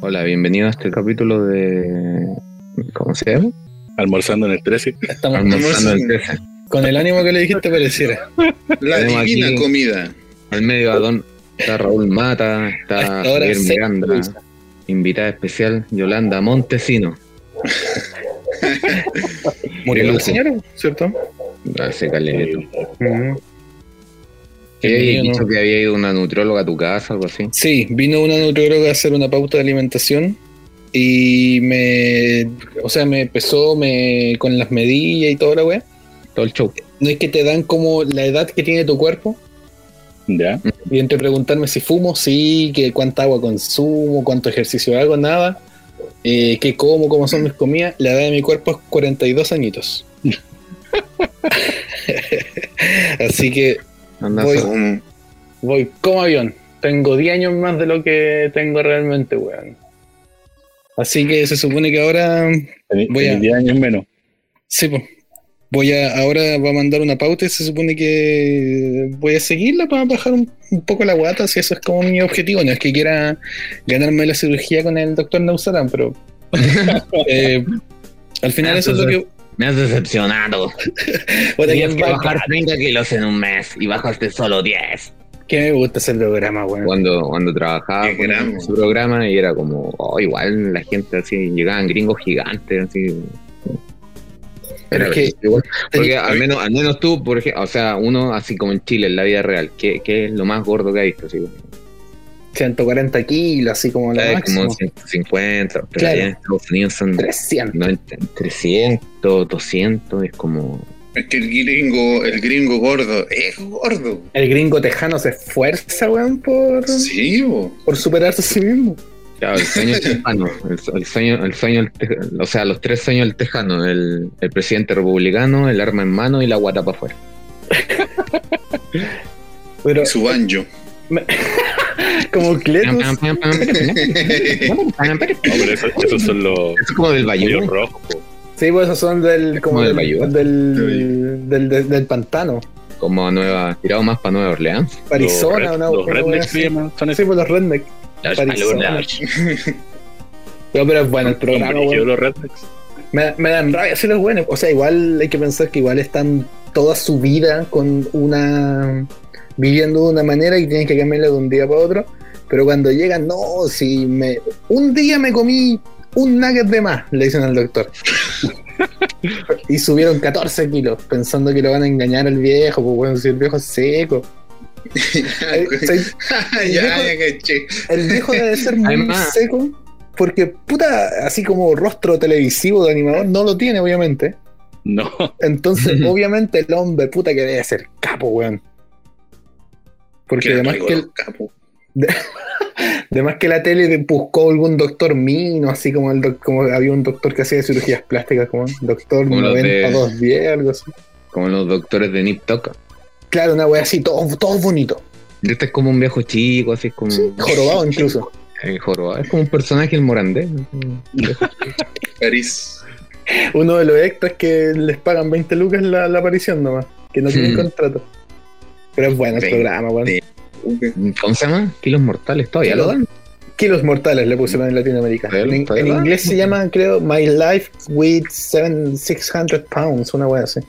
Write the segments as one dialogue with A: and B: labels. A: Hola, bienvenido a este capítulo de. ¿Cómo se llama?
B: Almorzando en el 13.
C: Estamos
A: Almorzando el
C: con-
A: 13.
C: con el ánimo que le dijiste pareciera.
A: Tenemos
D: La divina
A: aquí-
D: comida.
A: Al medio Adón está Raúl Mata,
C: A
A: está
C: esta hora,
A: Javier
C: seis
A: Miranda,
C: pulsas.
A: invitada especial Yolanda Montesino.
C: Murió
A: lujo.
C: la señora, ¿cierto?
A: Hace caleta.
B: Eh,
A: ¿Qué
C: Bienvenido,
A: habías dicho que había ido una nutrióloga a tu casa, algo así?
C: Sí, vino una nutrióloga a hacer una pauta de alimentación y me, o sea, me pesó me, con las medillas y toda la weá.
A: Todo el show.
C: No es que te dan como la edad que tiene tu cuerpo
B: Ya.
C: y entre preguntarme si fumo, sí, que cuánta agua consumo, cuánto ejercicio hago, nada, eh, qué como, cómo son mis comidas. La edad de mi cuerpo es 42 añitos. Así que
A: Anda
C: Voy.
A: a-
D: ¿Cómo?
C: Voy como avión. Tengo 10 años más de lo que tengo realmente, weón. Así que se supone que ahora.
B: Tení-
C: Voy a-
B: tení 10 años menos.
C: Sí, po. Voy a. Ahora va a mandar una pauta y se supone que voy a seguirla para bajar un, un poco la guata, si eso es como mi objetivo. No es que quiera ganarme la cirugía con el doctor Nausarán, pero. eh, al final
A: Ah,
C: eso es lo que.
A: Me has decepcionado.
C: Puta, que,
A: Tenías que bajar 30 kilos en un mes y bajaste solo 10.
C: que me gusta hacer programa, weón.
A: Cuando, cuando trabajaba
D: Qué
A: con
D: grande.
A: su programa y era como, oh, igual la gente así, llegaban gringos gigantes, así.
C: Pero
A: Era
C: es que-
A: igual. Porque al menos, al menos tú, por ejemplo, o sea, uno así como en Chile, en la vida real, ¿qué, qué es lo más gordo que ha visto? Así,
C: 140 kilos, así como la
A: ¿Sabes?
C: máximo.
A: eh, Como 150, pero
C: Claro.
A: allá en Estados Unidos son
C: 300.
A: 90, 300, 200, es como.
D: Es que el gringo, el gringo gordo, es gordo.
C: El gringo tejano se esfuerza, weón, por,
D: Sí, bo.
C: por superarse a sí mismo.
A: Claro, el sueño tejano, el, el sueño, el sueño, del te- o sea, los tres sueños del tejano, el, el presidente republicano, el arma en mano y la guata para afuera.
C: Pero
D: Y su banjo.
C: como
A: Pam,
C: Cletus,
A: pam, pam, pam, pam,
C: Eh,
A: pam, pam, pam.
B: No, pero eso- esos son los
A: Es como del
B: hoyos
A: Bayou.
B: rojos. po.
C: sí, pues esos son del, como
A: Como del
C: del,
A: Bayou.
C: del, del, del- del pantano.
A: Como nueva, tirado más para Nueva Orleans.
C: Arizona,
B: los
C: ¿no?
B: Los
C: Una wea
B: rednecks
C: así.
B: se llaman, son
C: Sí,
B: esos.
C: pues los redneck. Arizona. No, pero es bueno el
B: Son
C: programa,
B: brígidos
C: weón.
B: los rednecks.
C: Me, me dan rabia, sí, los buenos. O sea, igual hay que pensar que igual están toda su vida con una. viviendo de una manera y tienen que cambiarla de un día para otro. Pero cuando llegan, no, si me. un día me comí un nugget de más, le dicen al doctor. y subieron 14 kilos, pensando que lo van a engañar al viejo, pues bueno, si el viejo es seco. Eh, ¿sabes?
D: ya, ya caché.
C: El viejo debe ser muy
A: Además-
C: seco. Porque, puta, así como rostro televisivo de animador, no lo tiene, obviamente.
B: No,
C: Entonces, obviamente, el hombre, puta, que debe ser capo, weón. Porque
D: Qué
C: además
D: rico
C: que,
D: los capos.
C: además que la tele buscó algún doctor mino, así como el doc- como había un doctor que hacía cirugías plásticas, como doctor
A: Como los de-
C: 9210, algo así.
A: Como los doctores de Nip Tuck.
C: Claro, una wea así, todo, todo bonito.
A: Este es como un viejo chico, así es como.
C: Jorobado incluso.
A: eh, jorobado. Es como un personaje el morandés.
D: París.
C: Uno de los extras que les pagan 20 lucas la, la aparición nomás, que no tienen
A: Mm.
C: contrato. Pero es bueno el
A: Veinte.
C: programa, weón.
A: ¿Cómo se llama? Kilos mortales, todavía lo dan.
C: Kilos Mortales le pusieron en Latinoamérica.
A: Pero,
C: En, en
A: pero,
C: inglés
A: ah.
C: se llama, creo, My Life with seven- 600 pounds, una wea así.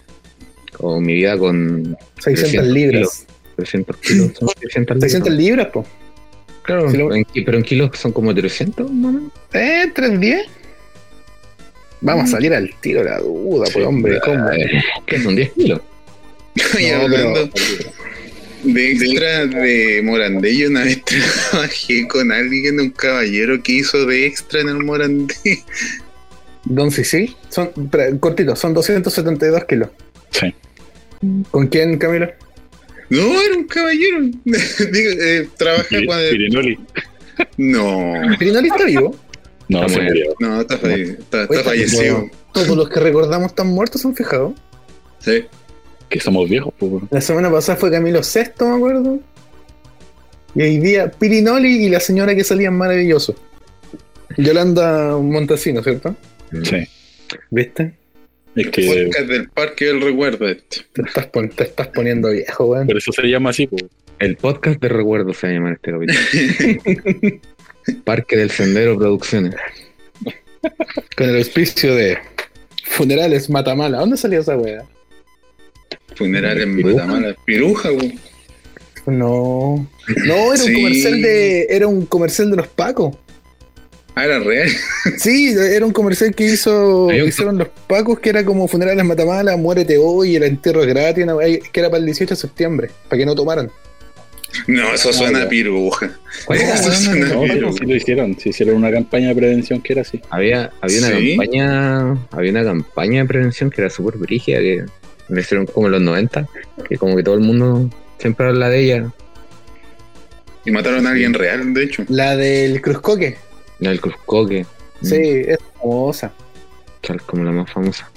A: O mi vida con
C: 600
A: 300
C: libras.
A: 300 kilos. son 600 libras.
C: 600 libras, po.
A: Claro,
C: Si lo-
A: en ki- pero en kilos son como 300, mamá.
C: Eh, 310. Vamos a salir al tiro la duda, pues, hombre. ¿cómo?
A: ¿Qué Eh, son 10 kilos?
D: Oye,
C: No,
D: hablando de extra de Morandé, yo una vez trabajé con alguien, un caballero que hizo de extra en el Morandé.
C: Don sí. Son, espera, cortito, son 272 kilos.
B: Sí.
C: ¿Con quién, Camilo?
D: No, era un caballero. Digo, eh, trabaja con el-
B: Pirinoli.
D: No,
C: Pirinoli está vivo.
B: No,
A: Está
B: se
A: muerto.
B: murió.
D: no, está, falle- está- está
C: Oye,
D: fallecido.
C: Todos los que recordamos están muertos, son fijados.
D: Sí.
B: Que somos viejos, po, weón.
C: La semana pasada fue Camilo VI, me acuerdo. Y hoy día Pirinoli y la señora que salían maravilloso. Yolanda Montesino, ¿cierto?
B: Sí.
C: ¿Viste?
B: Es que
D: Podcast del Parque del Recuerdo. este.
C: Te estás, pon- te estás poniendo viejo, weón.
B: por eso se le llama así, pues. po.
A: El podcast de recuerdo se va a llamar este capítulo. Parque del Sendero Producciones.
C: Con el auspicio de Funerales Matamala. ¿Dónde salió esa wea?
D: Funeral en
A: Piruja.
D: Matamala. pues, Piruja, weón.
C: No. No, era
D: Sí.
C: un comercial de. Era un comercial de los Pacos.
D: Ah, era real.
C: Sí, era un comercial que hizo.
A: Hay un-
C: hicieron los Pacos, que era como Funerales Matamala, muérete hoy, el entierro es gratis, una wea que era para el 18 de septiembre, para que no tomaran.
D: No, eso suena a piruja.
A: ¿Cuál era,
D: Eso
A: weón?
D: suena a
B: No, pero
D: piruja.
B: sí lo hicieron. Sí hicieron una campaña de prevención que era así.
A: Había, había una
D: Sí.
A: campaña, había una campaña de prevención que era súper brígida, que me hicieron como en los 90, que como que todo el mundo siempre habla de ella.
D: Y mataron a alguien real, de hecho.
C: La del Cruzcoque.
A: La del Cruzcoque.
C: Sí, es famosa.
A: Tal como la más famosa.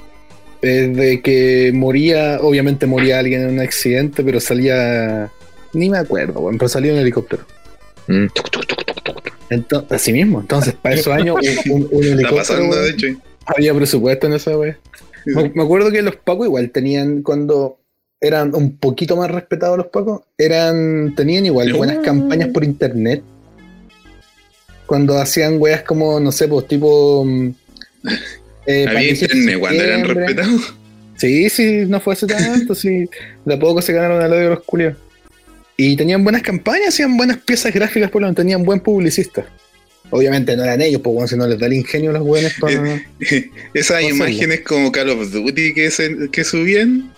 C: Desde que moría, obviamente moría alguien en un accidente, pero salía. Ni me acuerdo, weón, pero salía en helicóptero.
A: Mm, tuc, tuc, tuc, tuc, tuc, tuc.
C: Entonces, así mismo, entonces para esos años un, un- un
D: Está
C: helicóptero
D: pasando,
C: weón,
D: de hecho.
C: había presupuesto en esa wea. Me, me acuerdo que los pacos igual tenían cuando eran un poquito más respetados los pacos, eran tenían igual
D: No.
C: buenas campañas por internet. Cuando hacían weas como, no sé, pues tipo... mm, eh, para
D: Había
C: 18 de
D: internet cuando eran
C: septiembre.
D: respetados.
C: Sí, sí, no fue hace tanto, sí. De a poco se ganaron al odio los culios. Y tenían buenas campañas, hacían buenas piezas gráficas, por lo menos tenían buen publicista. Obviamente no eran ellos, pues bueno, si no les da el ingenio a los buenos para...
D: Esas
C: Cosa
D: imágenes como Call of Duty que, se- que subían,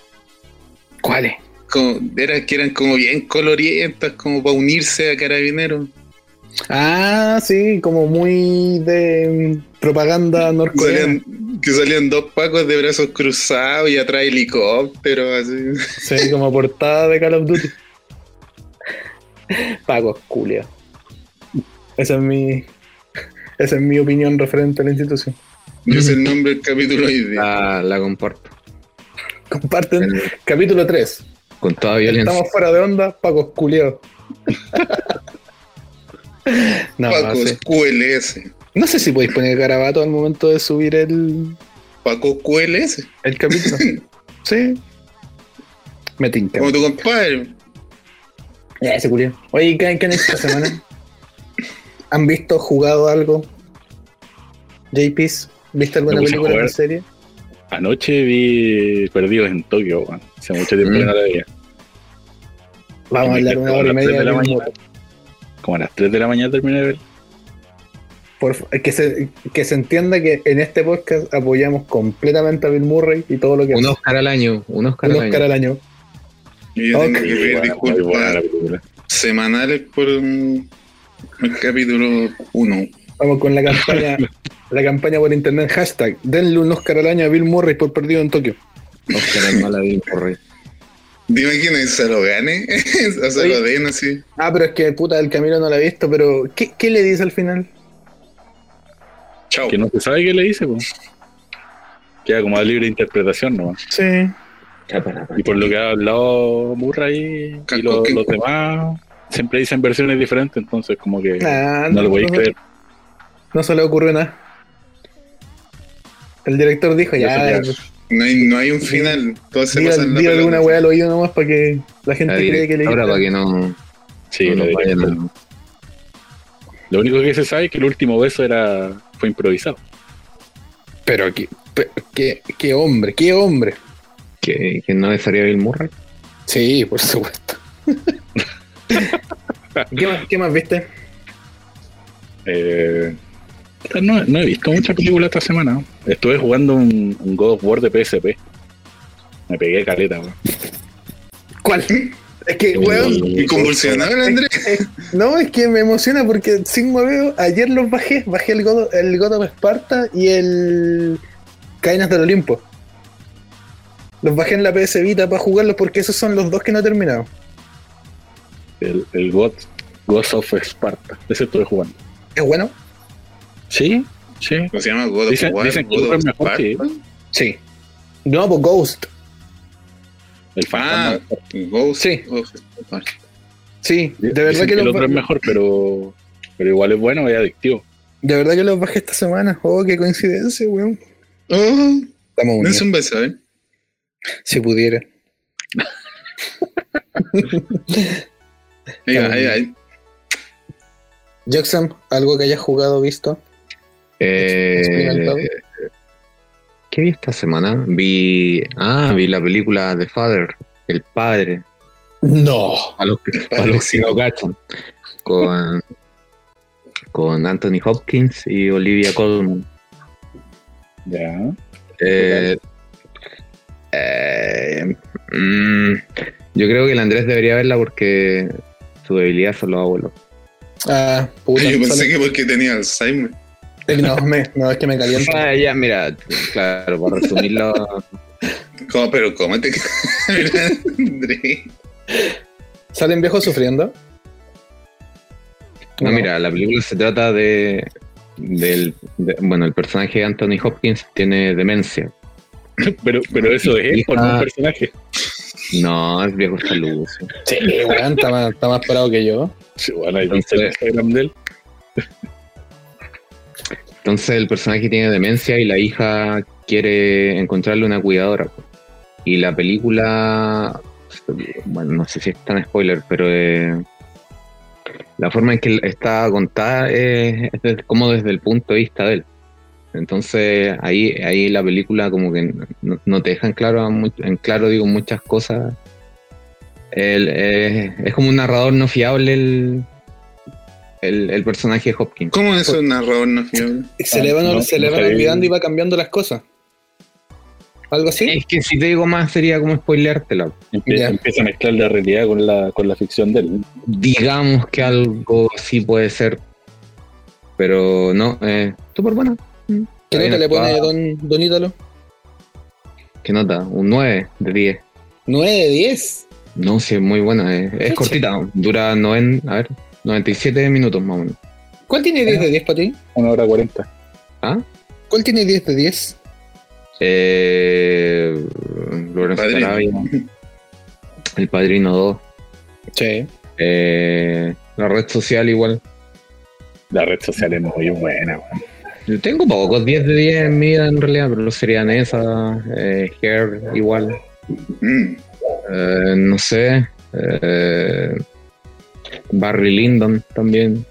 C: ¿Cuáles?
D: como, era, que eran como bien colorientas, como para unirse a carabineros.
C: Ah, sí, como muy de mm, propaganda norcoreana.
D: Salían- que salían dos pacos de brazos cruzados y atrás helicópteros, así.
C: Sí, como portada de Call of Duty. Pagos, culia. Esa es mi. Esa es mi opinión referente a la institución.
D: Yo sé el nombre del capítulo hoy día.
A: La, la comparto.
C: Comparten.
A: El-
C: Capítulo 3.
A: Con toda violencia.
C: Estamos fuera de onda, Pagos culiados. no,
D: Pacos
C: sí.
D: QLS.
C: no sé si podéis poner garabato al momento de subir el,
D: Pacos QLS.
C: el capítulo. sí. Me tinca.
D: Como tu compadre.
C: Ya, ese culiao. Oye, ¿qué, qué han hecho esta semana? ¿Han visto, jugado algo? JPs, ¿viste alguna
B: Me puse a
C: película
B: jugar.
C: o serie?
B: Anoche vi Perdidos en Tokio, weón. Hace mucho tiempo que no la veía.
C: Vamos a
B: Me
C: hablar
B: quedé
C: una
B: como a
C: hora y
B: las
C: media
B: tres de
C: de
B: la
C: un
B: mañana.
C: humor.
B: Como a las 3 de la mañana terminé de ver.
C: Por fa- que, se, que se entienda que en este podcast apoyamos completamente a Bill Murray y todo lo que
A: Un
C: hace.
A: Oscar al año. Un Oscar,
C: Un
A: al
C: Oscar
A: año.
C: al año.
D: Y yo tengo
C: Ok.
D: que pedir
B: Muy buena, muy buena la
D: disculpas
B: película.
D: semanales por mm, el capítulo 1.
C: Vamos con la campaña, la campaña por internet. Hashtag, denle un Oscar al año a Bill Murray por perdido en Tokio.
A: Oscar al mala Bill Murray.
D: ¿Te imaginas se lo gane? o se
C: Oye.
D: lo den así.
C: Ah, pero es que puta, el Camilo no la ha visto, pero ¿qué, qué le dice al final?
D: Chao.
B: Que no se sabe qué le dice, pues. Queda como a libre interpretación nomás.
C: Sí.
B: Y por lo que ha hablado Murray y
D: Casco,
B: los,
D: que-
B: los demás, siempre dicen versiones diferentes, entonces como que
C: Ah,
B: no lo podéis
C: no-
B: creer.
C: No se le ocurrió nada. El director dijo, ya,
B: Eso
D: No hay, no hay un final. Todos se pasan la
C: di alguna
D: pelota.
C: weá al oído nomás para que la gente
A: La
C: cree que le
A: directora para que no,
B: Sí,
A: no
B: lo,
A: nos
B: diré.
A: vayan a-
B: Lo único que se sabe es que el último beso era fue improvisado.
C: Pero qué, pe- qué, qué hombre, qué hombre.
A: que, que no besaría a Bill Murray.
C: Sí, por supuesto. ¿Qué, más, ¿Qué más viste?
B: Eh, no, no he visto muchas películas esta semana. Estuve jugando un, un God of War de PSP. Me pegué caleta, weón.
C: ¿Cuál? Es que, weón,
D: Y convulsionaba el Andrés.
C: no, es que me emociona porque sin hueveo, ayer los bajé, bajé el God, el God of Esparta y el Cadenas del Olimpo. Los bajé en la PS Vita para jugarlos porque esos son los dos que no he terminado.
B: El, el God, Ghost of Sparta. Ese estuve jugando.
C: ¿Es bueno?
B: Sí, sí.
D: ¿Cómo se llama? God of
B: Dicen,
D: War,
B: dicen que
D: God
B: otro
D: of
B: es mejor
D: War.
B: que
C: Sí. No, pues Ghost.
B: el
D: Ah,
B: fantasma.
D: Ghost
C: Sí.
D: of War.
C: Sí, de
B: Dicen
C: verdad,
B: que
C: que
B: el
C: los,
B: otro es mejor, pero, pero igual es bueno y adictivo.
C: de verdad que los bajé esta semana. Oh, qué coincidencia, weón.
D: Oh,
C: Estamos
D: no
C: unidos.
D: es un beso, ¿eh?
C: Si pudiera.
D: Ahí va, ahí va.
C: Jackson, algo que hayas jugado, visto.
A: Eh,
C: experimentado.
A: ¿Qué vi esta semana? Vi. Ah, vi la película The Father, El Padre,
C: No.
A: a los que, para los que no cachan. Con, con Anthony Hopkins y Olivia Colman.
B: Ya.
A: Eh, eh, mm, yo creo que el Andrés debería verla porque su debilidad son los abuelos.
C: Ah, puta.
D: Yo pensé
C: solo-
D: que porque tenía Alzheimer.
C: eh, No, me- no, es que me calienta.
A: Ah, ya, mira, claro, para resumirlo,
D: ¿Cómo? Pero cómete, André.
C: ¿Salen viejos sufriendo?
A: No, mira, la película se trata de, del, de- bueno, el personaje de Anthony Hopkins tiene demencia.
B: Pero, pero eso es él por un
A: Ah.
B: personaje.
A: No, es viejo salud.
C: Sí, weón, está más, está más parado que yo.
B: Sí, bueno, ahí viste el
A: Entonces-
B: Instagram de él.
A: Entonces el personaje tiene demencia y la hija quiere encontrarle una cuidadora. pues. Y la película, bueno, no sé si es tan spoiler, pero eh, la forma en que está contada es, es des- como desde el punto de vista de él. Entonces ahí, ahí la película como que no, no te dejan claro, a mu- en claro digo muchas cosas. Él, eh, es como un narrador no fiable el, el, el personaje de Hopkins.
C: Pues,
D: ¿Cómo es un narrador no fiable?
C: Se
B: Ah,
C: le van,
B: no,
C: se le
B: no
C: van
B: sabía.
C: olvidando y va cambiando las cosas. ¿Algo así?
A: Es que si te digo más sería como spoileártela.
B: Empie-
C: Ya.
B: Empieza a mezclar la realidad con la, con la ficción de él.
A: Digamos que algo así puede ser. Pero no, eh, súper buena.
C: ¿Qué
A: Está
C: nota
A: bien
C: le pone
A: actuada.
C: Don, don Ítalo?
A: ¿Qué nota? Un 9 de 10.
C: 9 de 10.
A: No, sí, es muy buena. eh. Es
C: Cacha.
A: cortita, dura noven, a ver, 97 minutos más o menos.
C: ¿Cuál tiene 10 de 10 para ti?
B: Una hora cuarenta.
A: ¿Ah?
C: ¿Cuál tiene 10 de 10?
A: Eh, Lorenzo
D: Padrino.
A: Arabia, El Padrino 2.
C: Sí.
A: eh, la red social igual.
B: La red social es muy buena, weón.
A: Yo tengo pocos 10 de 10 en mi vida en realidad, pero serían esas. Eh, Hair igual.
D: Mm.
A: Eh, no sé. eh, Barry Lyndon también.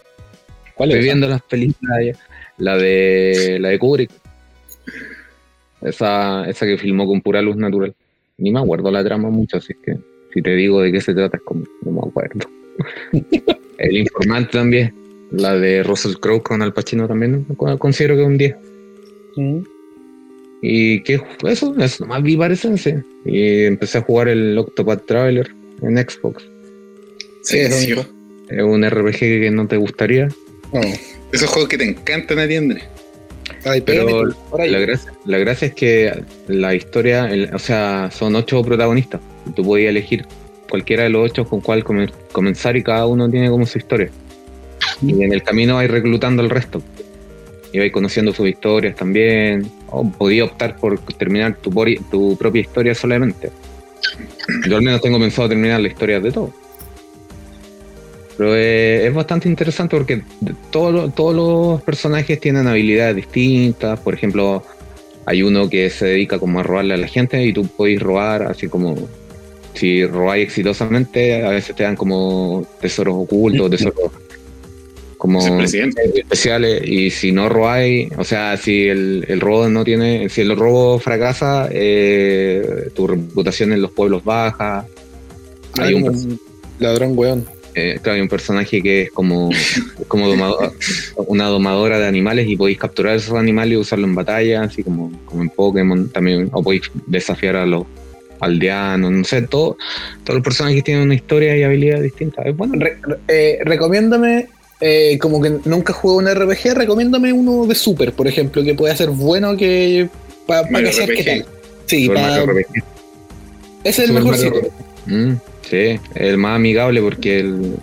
B: ¿Cuál
A: Estoy
B: es? esa?
A: viendo las películas. ya. La de la de Kubrick. Esa, esa que filmó con pura luz natural. Ni me acuerdo la trama mucho, así que si te digo de qué se trata es como no me acuerdo. El informante también. La de Russell Crowe con Al Pacino también co- considero que es un 10.
C: Mm.
A: Y que eso, eso nomás vi parecencia. Y empecé a jugar el Octopath Traveler en Xbox.
C: Sí, es
D: Sencillo.
A: Es un RPG que no te gustaría.
C: No.
D: Esos juegos que te encantan a ti, André.
C: Ay,
A: Pero
C: pégame, ahora
A: La
C: yo.
A: gracia, la gracia es que la historia, el- o sea, son ocho protagonistas. Tú podías elegir cualquiera de los ocho con cuál comen- comenzar y cada uno tiene como su historia. Y en el camino vais reclutando al resto. Y vais conociendo sus historias también. O podías optar por terminar tu, pori- tu propia historia solamente. Yo al menos tengo pensado terminar la historia de todos. Pero eh, es bastante interesante porque de- todo lo- todos los personajes tienen habilidades distintas. Por ejemplo, hay uno que se dedica como a robarle a la gente y tú podés robar así como... Si robáis exitosamente, a veces te dan como tesoros ocultos, tesoros como
D: Es el presidente.
A: especiales. Y si no robáis, o sea, si el, el robo no tiene, si el robo fracasa, eh, tu reputación en los pueblos baja. Hay
C: Ay,
A: un,
C: un ladrón, weón.
A: eh, claro, hay un personaje que es como, como domador- una domadora de animales y podéis capturar esos animales y usarlo en batalla, así como, como en Pokémon también, o podéis desafiar a los aldeanos, no sé, todo, todos los personajes tienen una historia y habilidades distintas. Es bueno,
C: Re- re- eh, recomiéndame, eh, como que nunca juego un RPG, recomiéndame uno de Super, por ejemplo, que pueda ser bueno que. Para
D: Mario
C: cachar qué
D: RPG.
C: tal. Sí,
A: Super
C: pa-
A: Mario RPG.
C: ese es el
A: Super
C: mejor
A: Mario
C: sitio.
A: Mm, sí, el más amigable porque el,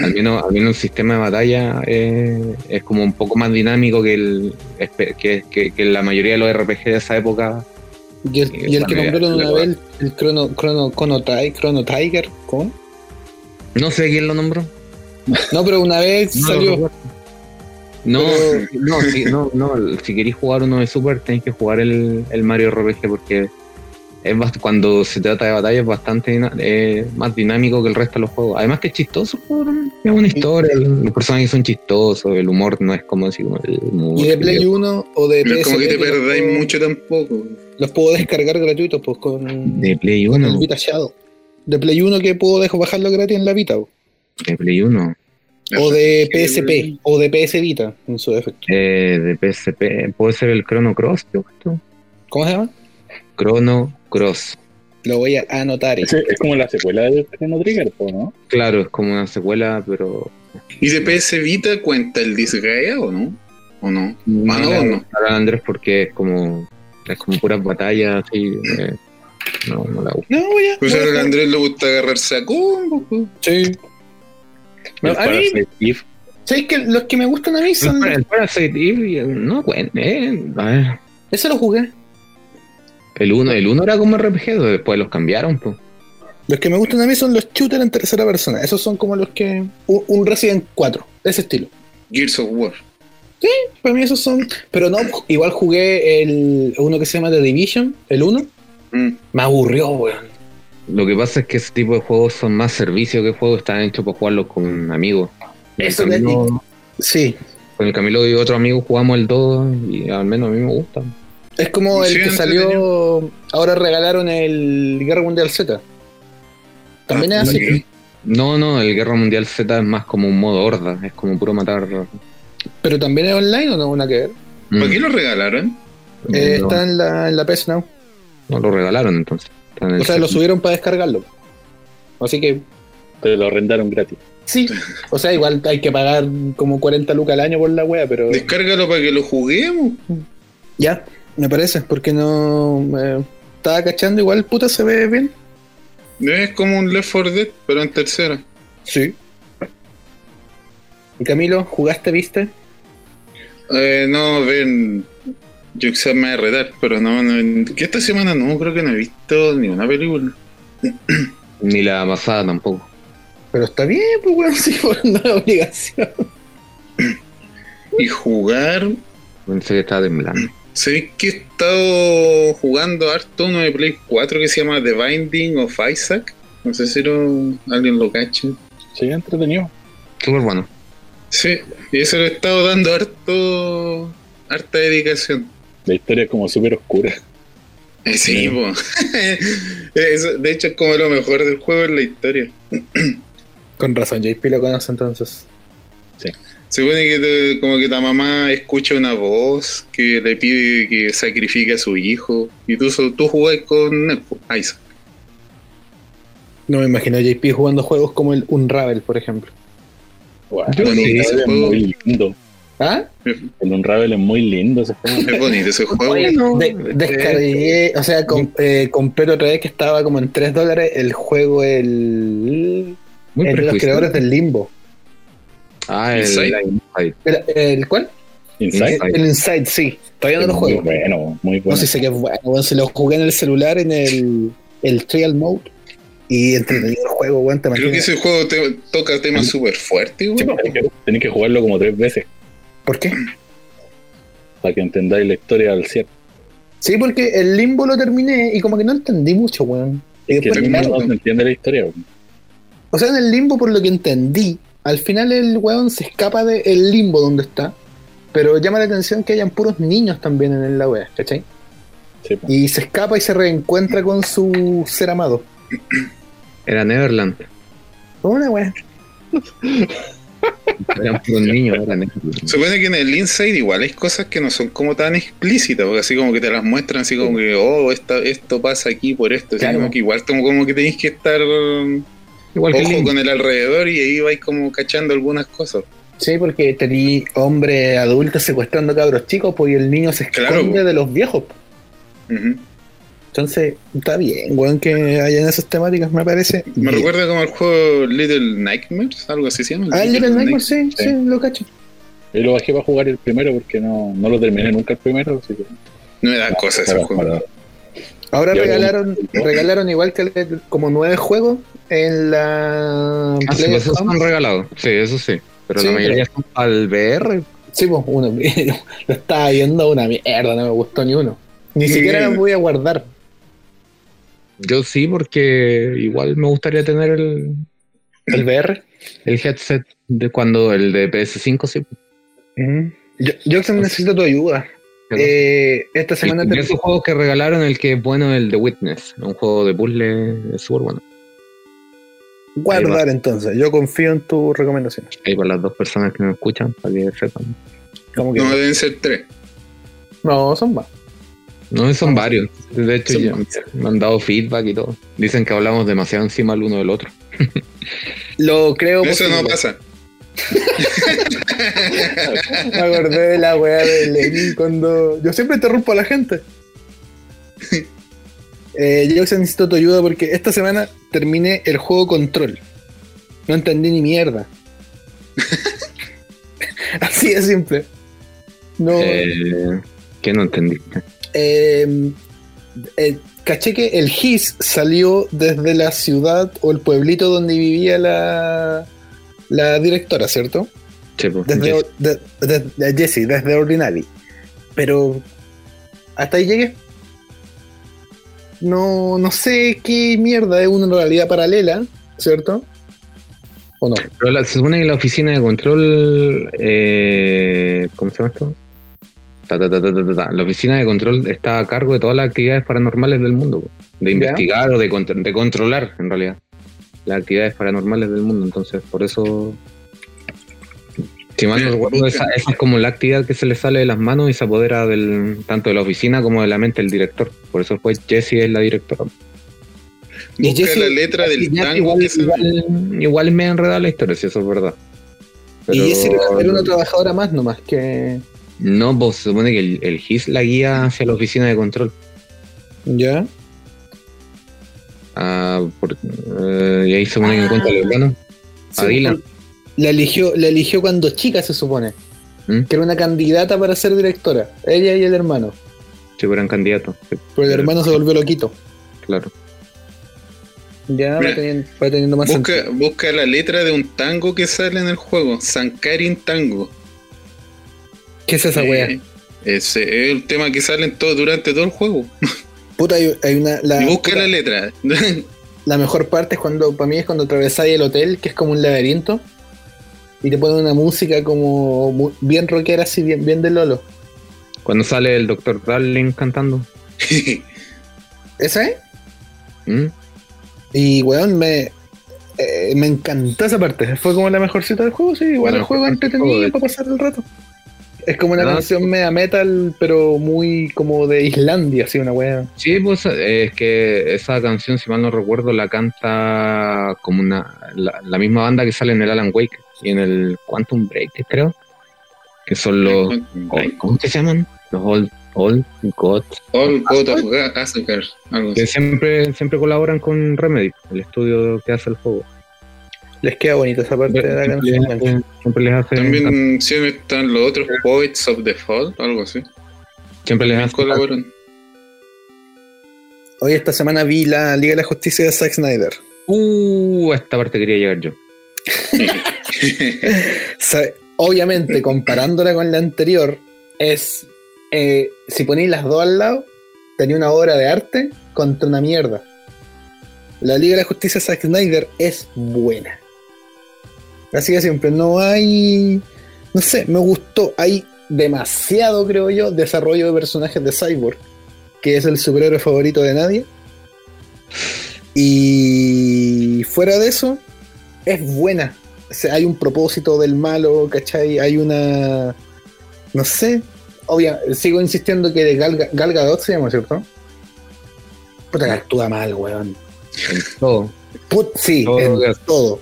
A: al, menos, al menos el sistema de batalla eh, es como un poco más dinámico que, el, que, que- que la mayoría de los RPG de esa época.
C: Y el, y el que
A: Bueno, ya,
C: nombraron una
A: la
C: vez, el Chrono, Chrono, Chrono, Ti- Chrono Tiger, ¿cómo?
A: No sé quién lo nombró.
C: No, pero una vez
A: No,
C: salió.
A: No,
C: Pero-
A: no, si, no, no, si queréis jugar uno de Super, tenéis que jugar el, el Mario RPG porque es bast- cuando se trata de batalla es bastante dina- eh, más dinámico que el resto de los juegos. Además que es chistoso, el juego también. es una historia, el- los personajes son chistosos, el humor no es como así como el humor
C: Y de Play 1 o de
D: No es como
C: PSP,
D: que te
C: los
D: perdáis
C: puedo-
D: mucho tampoco.
C: Los puedo descargar gratuitos, pues con,
A: de Play
C: con
A: 1,
C: el Vita Shadow. De Play 1 que puedo dejar bajarlo gratis en la Vita, po.
A: de Play 1,
C: o de PSP,
D: PSP.
C: o de PS Vita, en su defecto.
A: eh, de PSP, puede ser el Chrono Cross, ¿te gusta?
C: ¿Cómo se llama?
A: Chrono Cross.
C: Lo voy a anotar.
B: Ese es como la secuela del Chrono Trigger, po, ¿no?
A: Claro, es como una secuela, pero
D: ¿Y de PS Vita cuenta el Disgaea o no? ¿O no? Ah, no,
A: le va a
D: no.
A: gustar a Andrés porque es como es como puras batallas así, eh, no, no la gusta.
C: No, voy a.
D: Pues
C: voy a-
D: ahora al Andrés le gusta agarrarse a combo. po.
C: Sí. No,
B: El
C: a mí,
B: Parasite Eve.
C: ¿sabes que los que me gustan a mí son.
A: El Parasite Eve, eh, no, bueno, eh, a ver,
C: Eso lo jugué.
A: el uno, el uno era como RPG, después los cambiaron, pues.
C: Los que me gustan a mí son los shooters en tercera persona. Esos son como los que. Un, un Resident 4, de ese estilo.
D: Gears of War.
C: Para mí esos son. Pero no, igual jugué el uno que se llama The Division, el 1.
D: Mm.
C: Me aburrió, weón.
A: Lo que pasa es que ese tipo de juegos son más servicios que juegos, están hechos para jugarlos con amigos. En el
C: Eso
A: camino-
C: Sí.
A: con el Camilo y otro amigo jugamos el 2 y al menos a mí me gusta.
C: Es como el
D: Sí,
C: que salió. Ahora regalaron el Guerra Mundial Z. También
D: Ah,
C: es así.
D: ok.
A: No, no, el Guerra Mundial Z es más como un modo horda, es como puro matar.
C: Pero también es online o no una que ver.
A: Mm,
D: ¿Para qué lo regalaron?
C: Eh,
A: no,
C: Está en la, en la PS Now.
A: no lo regalaron entonces. Está en el
C: O sea, lo
A: set.
C: subieron para descargarlo. Así que,
B: Te lo arrendaron gratis.
C: sí. O sea, igual hay que pagar como 40 lucas al año por la wea, pero.
D: Descárgalo para que lo juguemos.
C: Ya, me parece, porque no. eh, estaba cachando, igual puta se ve bien.
D: Es como un Left 4 Dead, pero en tercera.
C: Sí. Y Camilo, ¿jugaste, viste?
D: Eh, no, ven. Yo quizás me voy a retar, pero no, no. Que esta semana no, creo que no he visto ni una película.
A: Ni la pasada tampoco.
C: Pero está bien, pues weón, si fue una obligación.
D: Y jugar.
A: Pensé que estaba temblando.
D: ¿Sabéis que he estado jugando harto uno de Play 4 que se llama The Binding of Isaac? No sé si lo- alguien lo cacha.
B: Sí, entretenido.
A: Súper bueno.
D: Sí, y eso le he estado dando harto. harta dedicación.
B: La historia es como súper oscura.
D: Eh, sí,
B: Sí.
D: po. Eso, de hecho, es como lo mejor del juego en la historia.
C: Con razón, JP lo conoce entonces.
D: Se supone que te- como que tu mamá escucha una voz que le pide que sacrifique a su hijo. Y tú, so- tú jugás con él, po, Isaac.
C: No me imagino a JP jugando juegos como el Unravel, por ejemplo.
B: Wow,
A: Yo
B: el
A: sí,
B: Unravel
D: ese
B: es
D: juego-
B: muy lindo.
C: ¿Ah?
B: El Unravel es muy lindo ese juego.
D: Es bonito ese juego.
C: De- descargué, o sea, com- eh, compré otra vez que estaba como en 3 dólares el juego, el.
A: Muy
C: el de los
A: prejuicioso.
C: creadores del Limbo.
A: Ah, el,
D: Inside.
C: ¿El, el cuál? Eh,
B: Inside.
A: Inside.
C: El, el Inside, sí. Todavía no
B: es
C: lo
B: muy
C: juego.
B: bueno, muy bueno.
C: No sé si sé que es bueno, weón, se lo jugué en el celular en el, el Trial Mode. Y entretenido el juego, weón, te
D: Creo que
C: imaginas.
D: ese juego te, toca temas súper fuertes, güey.
B: Tenés que- tenés que jugarlo como tres veces
C: ¿Por qué?
B: para que entendáis la historia al cierre.
C: Sí, porque el limbo lo terminé y como que no entendí mucho, weón. Y
B: Que
C: después,
D: el
B: no
D: Limbo-
C: claro,
B: no se entiende la historia.
C: o sea, en el limbo, por lo que entendí, al final el weón se escapa del limbo donde está. Pero llama la atención que hayan puros niños también en la wea, ¿cachai?
B: Sí, po.
C: Y se escapa y se reencuentra con su ser amado.
A: Era Neverland.
C: Una wea.
A: Eran puros niños, era Neverland.
D: Supone que en el Inside igual hay cosas que no son como tan explícitas, porque así como que te las muestran, así como que, oh, esta, esto pasa aquí por esto, así
C: Claro.
D: como que igual como, como que tenéis que estar um,
A: Igual que el
D: ojo
A: Link.
D: con el alrededor y ahí vais como cachando algunas cosas.
C: Sí, porque tení hombres adultos secuestrando cabros chicos, pues y el niño se esconde
D: Claro, po.
C: de los viejos. po.
D: Ujú.
C: Entonces, está bien, weón, que hayan esas temáticas, me parece.
D: Me
C: bien.
D: recuerda como el juego Little Nightmares, algo así se llama.
C: Ah, el Little Nightmares, sí, sí,
B: Sí.
C: lo cacho.
B: Yo lo bajé para jugar el primero porque no, no lo terminé nunca el primero. Así que,
D: No me da cosa ese
B: Para-
D: juego.
B: para-
C: Ahora
B: Ya,
C: regalaron, regalaron igual que el- como nueve juegos en la
A: Ah, sí,
C: Play
A: pues esos
C: Home.
A: son regalados. Sí, eso sí. Pero
C: Sí,
A: la mayoría son al VR.
C: Sí, pues uno lo estaba viendo una mierda, no me gustó ni uno. Ni
D: Sí.
C: siquiera los voy a guardar.
A: Yo sí, porque igual me gustaría tener el,
C: ¿El VR?
A: el headset de cuando el de PS5 sí.
C: Yo, Jackson, necesito tu ayuda. Eh, esta
A: El-
C: semana
A: de
C: te-
A: esos juegos que regalaron, el que es bueno el The Witness, un juego de puzzle es súper bueno.
C: guardar entonces. Yo confío en tus recomendaciones.
A: Ahí para las dos personas que nos escuchan, para que sepan.
C: Como que
D: No, deben ser tres.
C: no, son más.
A: No, son varios. De hecho,
D: Son
A: ya me han dado feedback y todo. Dicen que hablamos demasiado encima el uno del otro.
C: Lo creo.
D: Eso
C: posible.
D: no pasa.
C: Me acordé de la weá de Lenin cuando. Yo siempre interrumpo a la gente. Eh, yo se necesito tu ayuda porque esta semana terminé el juego Control. No entendí ni mierda. Así de simple. No.
A: Eh, que no entendiste.
C: eh, eh, caché que el GIS salió desde la ciudad o el pueblito donde vivía la, la directora, ¿cierto?
A: Che, pues,
C: Desde,
A: yes.
C: de- de- de- Jesse, desde Ordinary. Pero hasta ahí llegué. No, no sé qué mierda es una realidad paralela, ¿cierto? ¿O no?
A: Pero la- se supone que la oficina de control. eh, ¿Cómo se llama esto? Ta, ta, ta, ta, ta, ta, ta. La oficina de control está a cargo de todas las actividades paranormales del mundo. po. De investigar o de, contr- de controlar, en realidad. Las actividades paranormales del mundo. Entonces, por eso. Si mal no recuerdo, esa, esa es como la actividad que se le sale de las manos y se apodera del, tanto de la oficina como de la mente del director. Por eso, pues, Jessie es la directora.
C: Y
D: Busca
C: Jesse-
D: la letra del
A: Ya,
D: tango
A: igual,
D: que se-
A: igual, igual me ha enredado la historia, si eso es verdad. Pero-
C: Y Jesse era, era una trabajadora más nomás que.
A: No, pues se supone que el, el GIS la guía hacia la oficina de control.
C: ¿Ya?
A: Ah, por- eh, y ahí se supone que encuentra el hermano. A Dylan.
C: La eligió, la eligió cuando chica, se supone.
A: ¿Mm?
C: Que era una candidata para ser directora. Ella y el hermano.
A: Si fueran candidatos, sí,
C: Pero el
A: Pero-
C: hermano se volvió loquito.
A: claro.
C: Ya va
D: Mira.
C: teniendo, va teniendo más
D: Busca,
C: sentido.
D: busca la letra de un tango que sale en el juego. Sankarin Tango.
C: ¿Qué es esa wea?
D: Eh, Ese es el tema que sale en todo, durante todo el juego.
C: Puta, hay, hay una. La,
D: y busca
C: puta,
D: la letra.
C: la mejor parte es cuando, para mí es cuando atravesáis el hotel, que es como un laberinto, y te ponen una música como mu- bien rockera, así, bien, bien de Lolo.
A: Cuando sale el doctor Darling cantando.
C: ¿Esa es?
A: ¿Mm?
C: Y, weón, me, eh, me encantó esa parte. Fue como la mejor cita del juego, sí. Igual
A: La
C: el juego
A: mejor
C: es
A: parte del juego,
C: entretenido
A: de
C: para pasar el rato. Es como una
A: Ah.
C: canción mega metal, pero muy como de Islandia, así, una weá.
A: Sí, pues eh, es que esa canción, si mal no recuerdo, la canta como una la, la misma banda que sale en el Alan Wake y en el Quantum Break, creo. Que son los. ¿Cómo que se llaman? Los Old, old Gods.
D: All God of Asgard, algo así.
A: que siempre, siempre colaboran con Remedy, el estudio que hace el juego.
C: Les queda bonita esa parte de la
A: Siempre,
C: canción.
A: les- siempre les hace,
D: También siempre están los otros Poets of the Fall, algo así.
A: siempre les
D: También
A: hace
D: colaboran.
C: Hoy esta semana vi la Liga de la Justicia de Zack Snyder.
A: Uh, a esta parte quería llegar yo.
C: Sa- obviamente, comparándola con la anterior, es. eh, si ponéis las dos al lado, tenía una obra de arte contra una mierda. La Liga de la Justicia de Zack Snyder es buena. Así que siempre, no hay. No sé, me gustó. Hay demasiado, creo yo, desarrollo de personajes de Cyborg, que es el superhéroe favorito de nadie. Y fuera de eso, es buena. O sea, hay un propósito del malo, ¿cachai? Hay una. No sé. Obvia, sigo insistiendo que de Gal, Ga- Gal Gadot se llama, ¿cierto? Puta que actúa mal, weón.
A: En todo.
C: Put, sí,
A: Todo
C: en
A: lo que hace.
C: todo.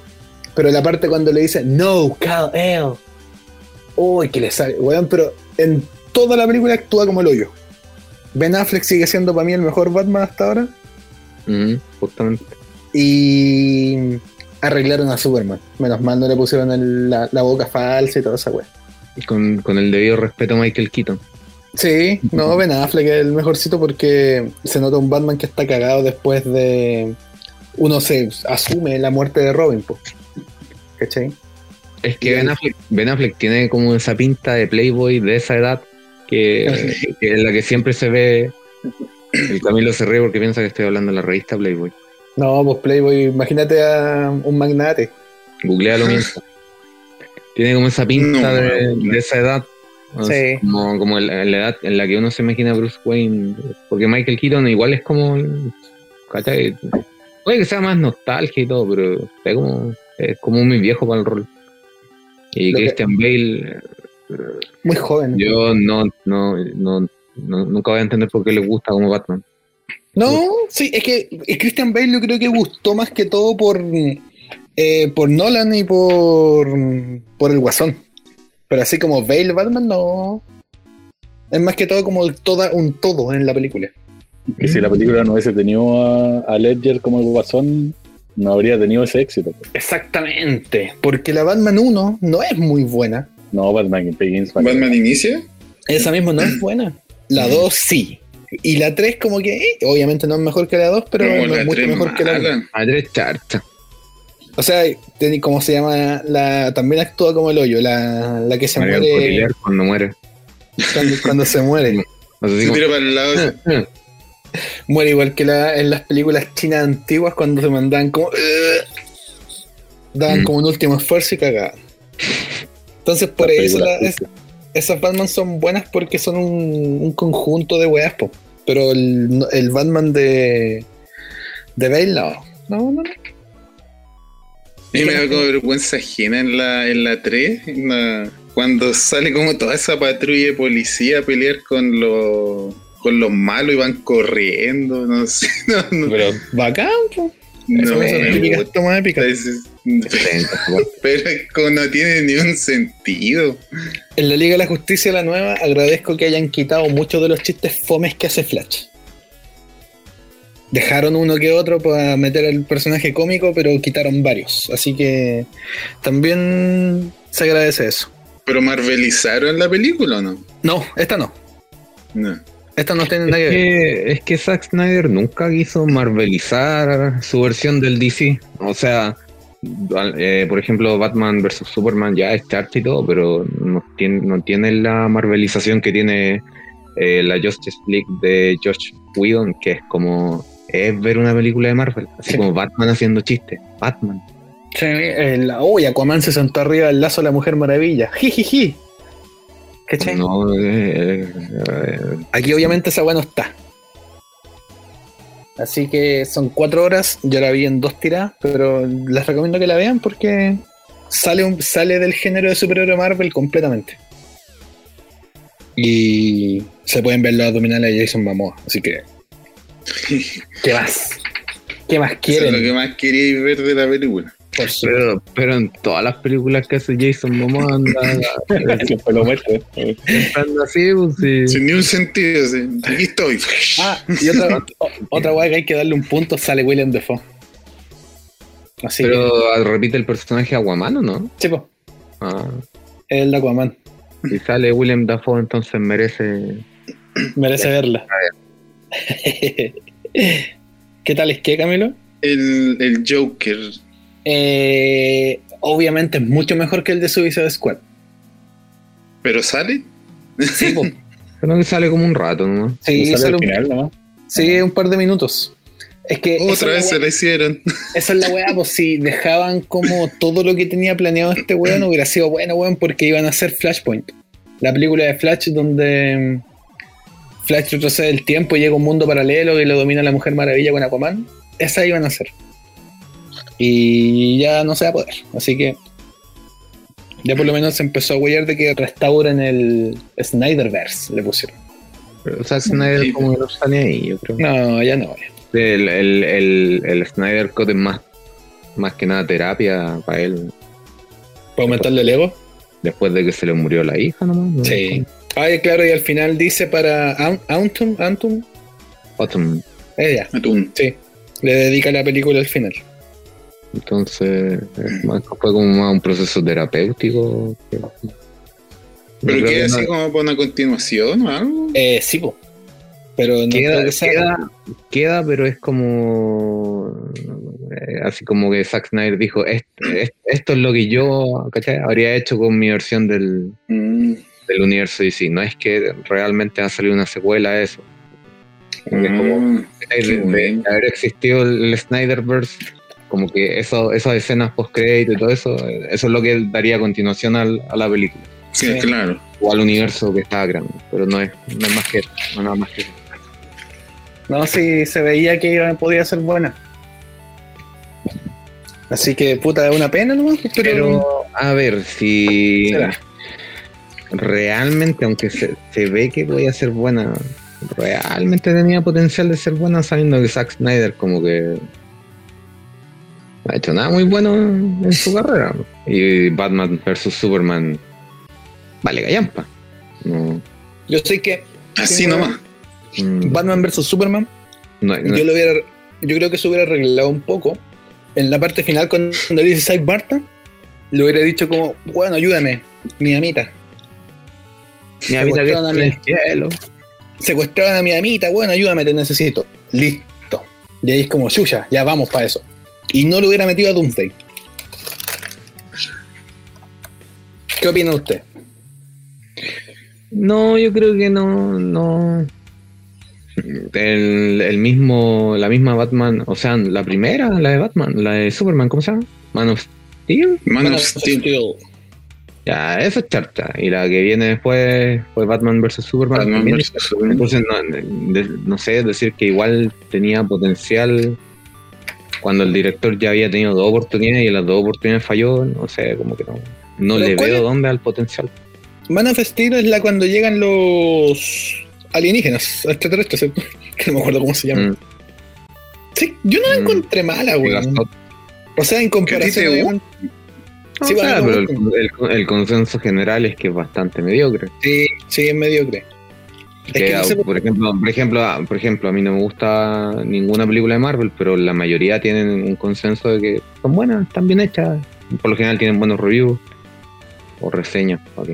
C: Pero la parte cuando le dice, no, Cal El. Uy, que le sale, weón, pero en toda la película actúa como el hoyo. Ben Affleck sigue siendo para mí el mejor Batman hasta ahora.
A: Ujú, Mm, justamente.
C: Y arreglaron a Superman. Menos mal no le pusieron el- la, la boca falsa y toda esa weá.
A: Con, con el debido respeto a Michael Keaton.
C: Sí, no, Ben Affleck es el mejorcito porque se nota un Batman que está cagado después de. Uno se asume la muerte de Robin, po. ¿cachai?
A: Es que
C: Y
A: ben
C: el-
A: Affleck, Ben Affleck tiene como esa pinta de playboy de esa edad que, que es la que siempre se ve El Camilo se ríe porque piensa que estoy hablando de la revista Playboy.
C: No, pues Playboy, imagínate a un magnate.
A: Googlealo mientras. Tiene como esa pinta
D: No,
A: de,
D: no.
A: de esa edad. O sea,
C: Sí.
A: Como, como el- la edad en la que uno se imagina a Bruce Wayne. Porque Michael Keaton igual es como. el- ¿cachai? Puede que sea más nostalgia y todo, pero es como, es como muy viejo para el rol. Y
C: Lo que-
A: Christian Bale,
C: Muy joven.
A: yo no, no, no, no- nunca voy a entender por qué le gusta como Batman.
C: No, sí, es que eh, Christian Bale yo creo que gustó más que todo por, eh, por Nolan y por, por el Guasón. Pero así como Bale Batman, no. Es más que todo como el toda, un todo en la película.
B: Que si la película no hubiese tenido a, a Ledger como el guasón, no habría tenido ese éxito. pues.
C: Exactamente. Porque la Batman 1 no es muy buena.
B: No, Batman Begins.
D: ¿Batman inicia?
C: Esa misma no es buena. La 2 sí. Y la 3 como que, eh, obviamente no es mejor que la 2, pero
D: No,
C: no es
D: la
C: mucho
D: tres
C: mejor que la
D: mala.
C: 1.
A: Andrés Charcha.
C: O sea, tiene- ¿cómo se llama? La, también actúa como el hoyo, la, la que se
A: Mariano
C: muere.
A: Cotillard cuando muere.
C: cuando, cuando se muere.
A: O sea, así
D: Se
A: como-
D: tira para el lado.
C: Muere igual que la- en las películas chinas antiguas cuando se mandaban como... daban
A: Mm.
C: como un último esfuerzo y cagaban. Entonces por
B: Las
C: eso la-
B: películas.
C: es- esas Batman son buenas porque son un, un conjunto de weas, po. Pero el, el Batman de... De Bale no. No, no, no.
D: A mí me da como vergüenza ajena en la, en la 3, en la- cuando sale como toda esa patrulla de policía a pelear con los con los malos y van corriendo, no sé, no, no,
B: Pero
C: Bacán, po.
D: no
C: Son esas
D: me
C: típicas
D: gusta.
C: tomas épicas.
D: Es- es-
A: Excelente, por favor.
D: Pero es como no tiene ni un sentido.
C: En la Liga de la Justicia la nueva, agradezco que hayan quitado muchos de los chistes fomes que hace Flash. Dejaron uno que otro para meter al personaje cómico, pero quitaron varios. Así que también se agradece eso.
D: Pero marvelizaron la película o no?
C: No, esta no.
D: No.
C: Esta no tiene
A: Es
C: nada que ver.
A: que, es que Zack Snyder nunca quiso marvelizar su versión del DC. O sea, al- eh, por ejemplo, Batman vs. Superman ya es chart y todo, pero no tiene, no tiene la marvelización que tiene eh, la Justice League de Josh Whedon, que es como es ver una película de Marvel, así
C: Sí.
A: como Batman haciendo chistes. Batman.
C: Sí, en la oye, Aquaman se sentó arriba del lazo de la Mujer Maravilla. Jijiji. ¿Cachai?
A: No, eh, eh, eh,
C: Aquí obviamente esa weá no está. Así que son cuatro horas, yo la vi en dos tiradas, pero les recomiendo que la vean porque sale, un- sale del género de superhéroe Marvel completamente. Y se pueden ver los abdominales de Jason Momoa, así que... ¿Qué más? ¿Qué más
D: Eso es lo que
C: quieren?
D: más quería ver de la película.
C: Por su-
A: pero, pero en todas las películas que hace Jason Momoa anda,
B: siempre lo muestra. eh.
A: anda así, pues, sí.
D: Sin ni un sentido. sí. Aquí estoy.
C: Ah, y otra, o- otra weá que hay que darle un punto, sale William Defoe. Así
A: Pero ah, repite el personaje Aguamano, ¿no?
C: que, chicos,
A: Ah,
C: el de Aquaman,
A: si sale William Dafoe, entonces merece.
C: merece verla. ¿Qué tal es que, Camilo?
D: El, el Joker.
C: Eh, obviamente es mucho mejor que el de Suicide Squad.
D: ¿Pero sale?
C: Sí, po.
A: Creo que sale como un rato, ¿no?
C: sí,
B: sale
C: solo
B: al
C: un,
B: final nomás.
C: sí, un par de minutos. Es que esa
D: Otra vez
C: es la
D: se
C: weá-
D: la hicieron.
C: esa es la weá, pues si dejaban como todo lo que tenía planeado este weón, hubiera sido bueno, weón, porque iban a hacer Flashpoint. La película de Flash donde mm, Flash retrocede el tiempo, llega a un mundo paralelo y lo domina la Mujer Maravilla con Aquaman. Esa iban a hacer. Y ya no se va a poder. Así que ya por lo menos se empezó a huellar de que restauran el Snyderverse, le pusieron.
A: Pero Zack Snyder
D: Sí.
A: como que no sale ahí, yo creo.
C: No, ya no.
A: El, el, el, el Snyder Cut es más, más que nada terapia para él.
C: ¿Puedo aumentarle el ego?
A: Después de que se le murió la hija, nomás, ¿no?
C: Sí. Ay, claro, y al final dice para An- Antum, Antum,
A: Autumn.
C: eh, ya.
D: Atún.
C: Sí, le dedica la película al final.
A: Entonces, es más- fue como más un proceso terapéutico. que- Yo
D: Pero
A: creo
D: queda
A: que no-
D: así como para una continuación o algo.
C: Eh, sí, po. Pero no creo
A: queda,
C: que sea-
A: queda, queda, pero es como. eh, así como que Zack Snyder dijo: "Est- est- Esto es lo que yo ¿cachai? habría hecho con mi versión del,
D: Mm.
A: del universo DC. No es que realmente ha salido una secuela a eso. Es como,
D: Mm,
A: de,
D: qué bueno.
A: de haber existido el Snyderverse, como que eso, esas escenas post-crédito y todo eso, eh, eso es lo que daría continuación al- a la película.
D: Sí,
C: Sí.
D: claro.
A: O al universo que estaba creando. Pero no es, no es más que no es nada más que eso.
C: No, sí, se veía que iba- podía ser buena. Así que, puta, es una pena nomás, pues, pero...
A: Pero a ver, si
C: Será.
A: realmente, aunque se, se ve que voy a ser buena, realmente tenía potencial de ser buena sabiendo que Zack Snyder como que no ha hecho nada muy bueno en su carrera. Y Batman vs. Superman, vale, gallampa. No,
C: Yo sé que
D: Así
C: Sí, bueno.
D: nomás.
A: mm,
C: Batman vs. Superman,
A: no- no-
C: yo, lo hubiera, yo creo que se hubiera arreglado un poco. En la parte final, cuando dice Zack Barta, le hubiera dicho como, bueno, ayúdame, mi amita.
A: ni habita que esté en el cielo.
C: secuestraron a mi amita, bueno, ayúdame, te necesito. Listo. Y ahí es como, chucha, ya vamos para eso. Y no lo hubiera metido a Doomsday. ¿Qué opina usted?
A: No, yo creo que no, no. El, el mismo, la misma Batman, o sea, la primera, la de Batman, la de Superman, ¿cómo se llama? Man of Steel.
D: Man
C: Bueno,
D: of Steel,
A: Ya, eso es charcha. Y la que viene después fue Batman vs Superman.
D: Batman
A: también.
D: vs. Superman.
A: Entonces, no, de- no sé, decir que igual tenía potencial cuando el director ya había tenido dos oportunidades y en las dos oportunidades falló, no sé, como que no, no
C: Pero
A: le
C: ¿cuál
A: veo
C: es?
A: dónde al potencial.
C: Man of Steel es la cuando llegan los alienígenas, extraterrestres, ¿cierto? que no me acuerdo cómo se llama.
A: Mm.
C: Sí, yo no la
A: Mm.
C: encontré mala, güey.
A: Gastó
C: O sea, en comparación.
D: ¿Que a ti te
C: obviamente-
A: O
C: Sí,
A: sea,
C: bueno,
A: pero el, el- el consenso general es que es bastante mediocre.
C: sí, sí, es mediocre. Es
A: Que,
C: que no
A: ah,
C: sé por-
A: por ejemplo, por ejemplo, ah, por ejemplo, a mí no me gusta ninguna película de Marvel, pero la mayoría tienen un consenso de que son buenas, están bien hechas. Por lo general tienen buenos reviews o reseñas. ok.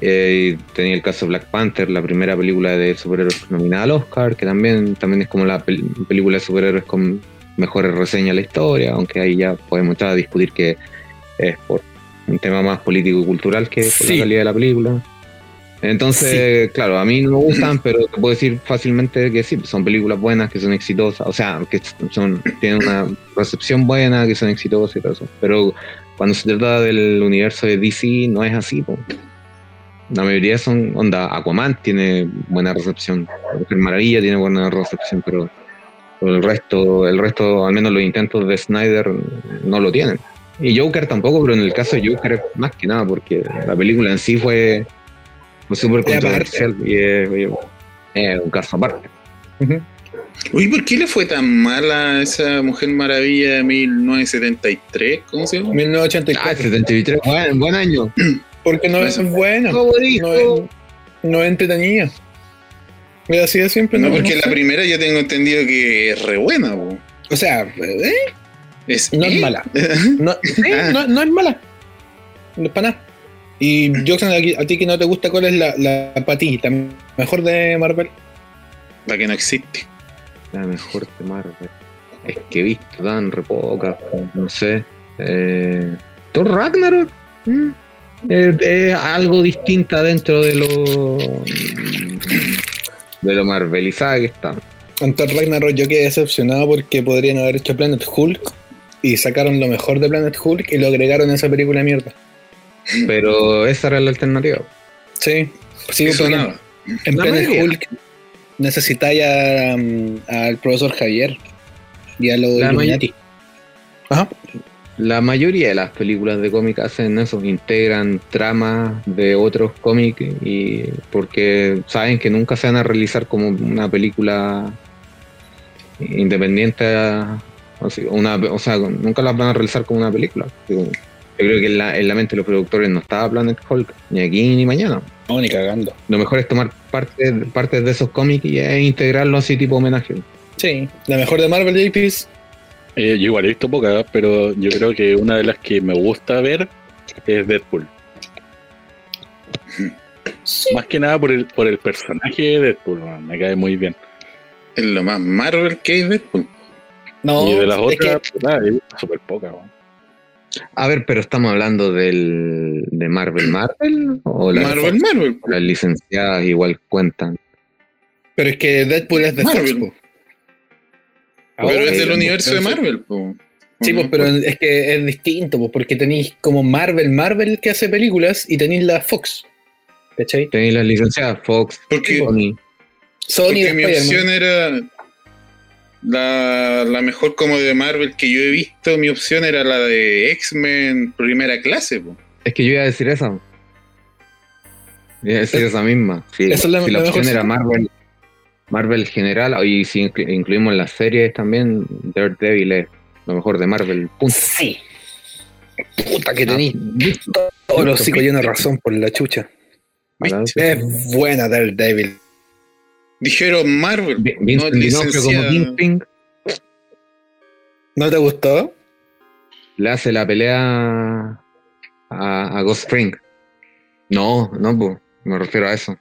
A: Eh, y tenía el caso de Black Panther, la primera película de superhéroes nominada al Oscar, que también, también es como la pel- película de superhéroes con mejores reseñas de la historia, aunque ahí ya podemos entrar a discutir que es por un tema más político y cultural que por
C: Sí.
A: la calidad de la película. Entonces, claro, a mí no me gustan, pero te puedo decir fácilmente que sí, son películas buenas, que son exitosas, o sea, que son, tienen una recepción buena, que son exitosas y todo eso. Pero cuando se trata del universo de DC, no es así. po. La mayoría son, onda, Aquaman tiene buena recepción, la Mujer Maravilla tiene buena recepción, pero el resto, el resto, al menos los intentos de Snyder, no lo tienen. Y Joker tampoco, pero en el caso de Joker es más que nada, porque la película en sí fue fue súper
C: Y aparte.
A: controversial y es, es un caso aparte.
C: Ujú.
D: Uy, ¿por qué le fue tan mala a esa Mujer Maravilla de 1973? ¿Cómo se llama?
C: 1984.
A: Ah, 73, buen, buen año.
C: Porque no es
D: Eso.
C: bueno. No es, no es entretenida. Mira, así de siempre.
D: No, porque
C: no
D: la
C: sé.
D: primera yo tengo entendido que es re buena, po.
C: O sea, ¿eh?
D: Es,
C: No es
D: ¿eh?
C: mala. No, sí,
D: Ah.
C: no, no es mala. No es para nada. Y Jackson, a a ti que no te gusta, ¿cuál es la, la para ti? ¿La mejor de Marvel?
D: La que no existe.
A: La mejor de Marvel. Es que he visto tan re poca, no sé. Eh, Thor Ragnarok mm, es, es algo distinta dentro de lo de lo marvelizada que está.
C: Con Thor Ragnarok yo quedé decepcionado porque podrían haber hecho Planet Hulk y sacaron lo mejor de Planet Hulk y lo agregaron a esa película de mierda.
A: Pero esa era la alternativa.
C: Sí. Sí,
D: Eso
C: porque en-
D: nada.
C: En
A: La
C: Planet
A: mayoría.
C: Hulk necesitáis a,
E: mm,
C: um, al profesor Javier y a los
A: La
C: Illuminati. Ajá.
A: La mayoría de las películas de cómic hacen eso, integran tramas de otros cómics y porque saben que nunca se van a realizar como una película independiente, o sea, una- o sea, nunca las van a realizar como una película. Yo creo que en la, en la mente de los productores no estaba Planet Hulk, ni aquí ni mañana.
C: No, ni cagando.
A: Lo mejor es tomar partes partes de esos cómics y eh, integrarlo así tipo homenaje.
C: Sí. La mejor de Marvel JP es
B: Eh, yo igual he visto pocas, pero yo creo que una de las que me gusta ver es Deadpool. Más que nada por el, por el personaje de Deadpool, man, me cae muy bien.
D: Es lo más Marvel que es Deadpool.
C: No,
B: y de las
C: Oh, es
B: otras, puta, he visto súper pocas. man.
A: A ver, pero estamos hablando del, de Marvel Marvel o la
D: Marvel, Marvel.
A: las licenciadas igual cuentan.
E: Pero es que Deadpool es de Fox,
D: Marvel.
E: po.
D: Pero
C: Ahora,
D: es del
A: eh,
D: universo de
E: entonces-
D: Marvel, po.
E: Sí, pues, pero es que es distinto, pues, porque tenéis como Marvel, Marvel que hace películas y tenéis la Fox. ¿Cachai?
A: Tenéis las licenciadas Fox,
D: Porque,
A: Sony.
E: Sony
D: porque
E: de
D: mi
E: Spider-Man.
D: opción era la, la mejor como de Marvel que yo he visto, mi opción era la de X-Men primera clase, po.
A: Es que yo iba a decir esa. Iba a decir
E: Es-
A: esa misma. Sí,
E: esa es la-
A: si la,
E: la mejor
A: opción era
E: opción.
A: Marvel, Marvel general, y si inclu- incluimos las series también, Daredevil es lo mejor de Marvel. Punto.
E: Sí. Puta
A: Ah,
C: Ah,
E: que tenéis.
C: Todos
A: los
C: los
A: cinco
C: chicos llenos de razón por la chucha.
E: Es buena Daredevil.
D: Dijeron Marvel,
A: Vi-
D: po, no
A: Vincent D'Onofrio como
D: licenciada.
A: Kingpin
E: ¿No te gustó?
A: le hace la pelea a, a Ghost Spring. No, no, po, me refiero a eso.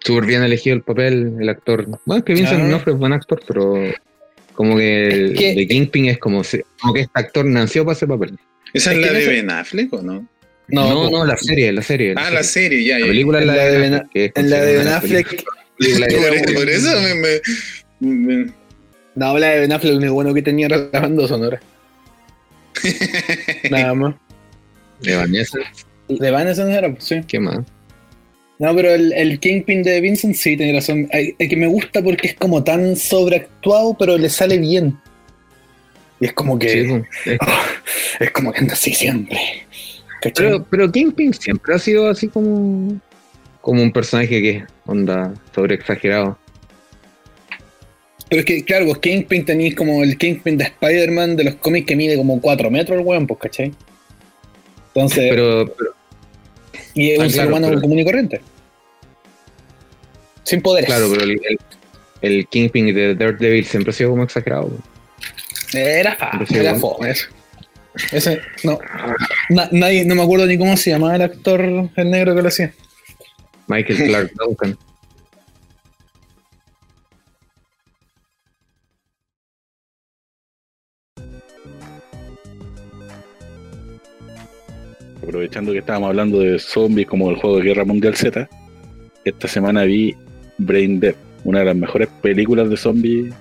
A: Súper bien elegido el papel, el actor. Bueno, es que Vincent
E: Ah.
A: D'Onofrio es buen actor, pero como que el
E: Es que-
A: de Kingpin es como, si- como que este actor nació para ese papel.
D: ¿Esa es,
E: Es que
D: la
E: no
D: de
E: sé-
D: Ben Affleck o no?
A: No, no,
E: po.
A: la serie, la serie.
D: Ah, la serie, ya,
A: La
D: ya.
A: película es
C: En
A: la,
C: la de
A: de
C: Ben-
A: Ben Affleck, que es
C: En la de Ben
A: considerada la
C: Affleck,
A: película de Ben
D: Por,
A: Affleck.
D: por eso me, me- me-
C: no, la de Ben Affleck, lo único bueno que tenía era la banda sonora. Nada más.
A: De Vanessa,
C: De Vanessa era, sí.
A: ¿qué más?
C: No, pero el, el Kingpin de Vincent sí tiene razón. El, el que me gusta porque es como tan sobreactuado, pero le sale bien. Y es como que.
A: Sí, po. Es-
C: es como que anda así siempre. ¿Cachai?
A: Pero, pero Kingpin siempre ha sido así como, como un personaje que onda sobre exagerado.
C: Pero es que, claro, vos Kingpin tenéis como el Kingpin de Spider-Man de los cómics que mide como 4 metros el weón, pues, ¿cachai? Entonces,
A: Pero, pero
C: y es
A: ah,
C: un ser
A: claro,
C: humano
A: pero-
C: común y corriente. Sin poderes.
A: claro, pero el, el, el Kingpin de Daredevil siempre ha sido como exagerado.
C: Era fa,
A: Pero sí,
C: era
A: bueno.
C: fome eso. Ese, no. Na- nadie, no me acuerdo ni cómo se llamaba el actor, el negro que lo hacía.
A: Michael Clark Duncan.
B: aprovechando que estábamos hablando de zombies como el juego de Guerra Mundial Z, esta semana vi Brain Dead, una de las mejores películas de zombies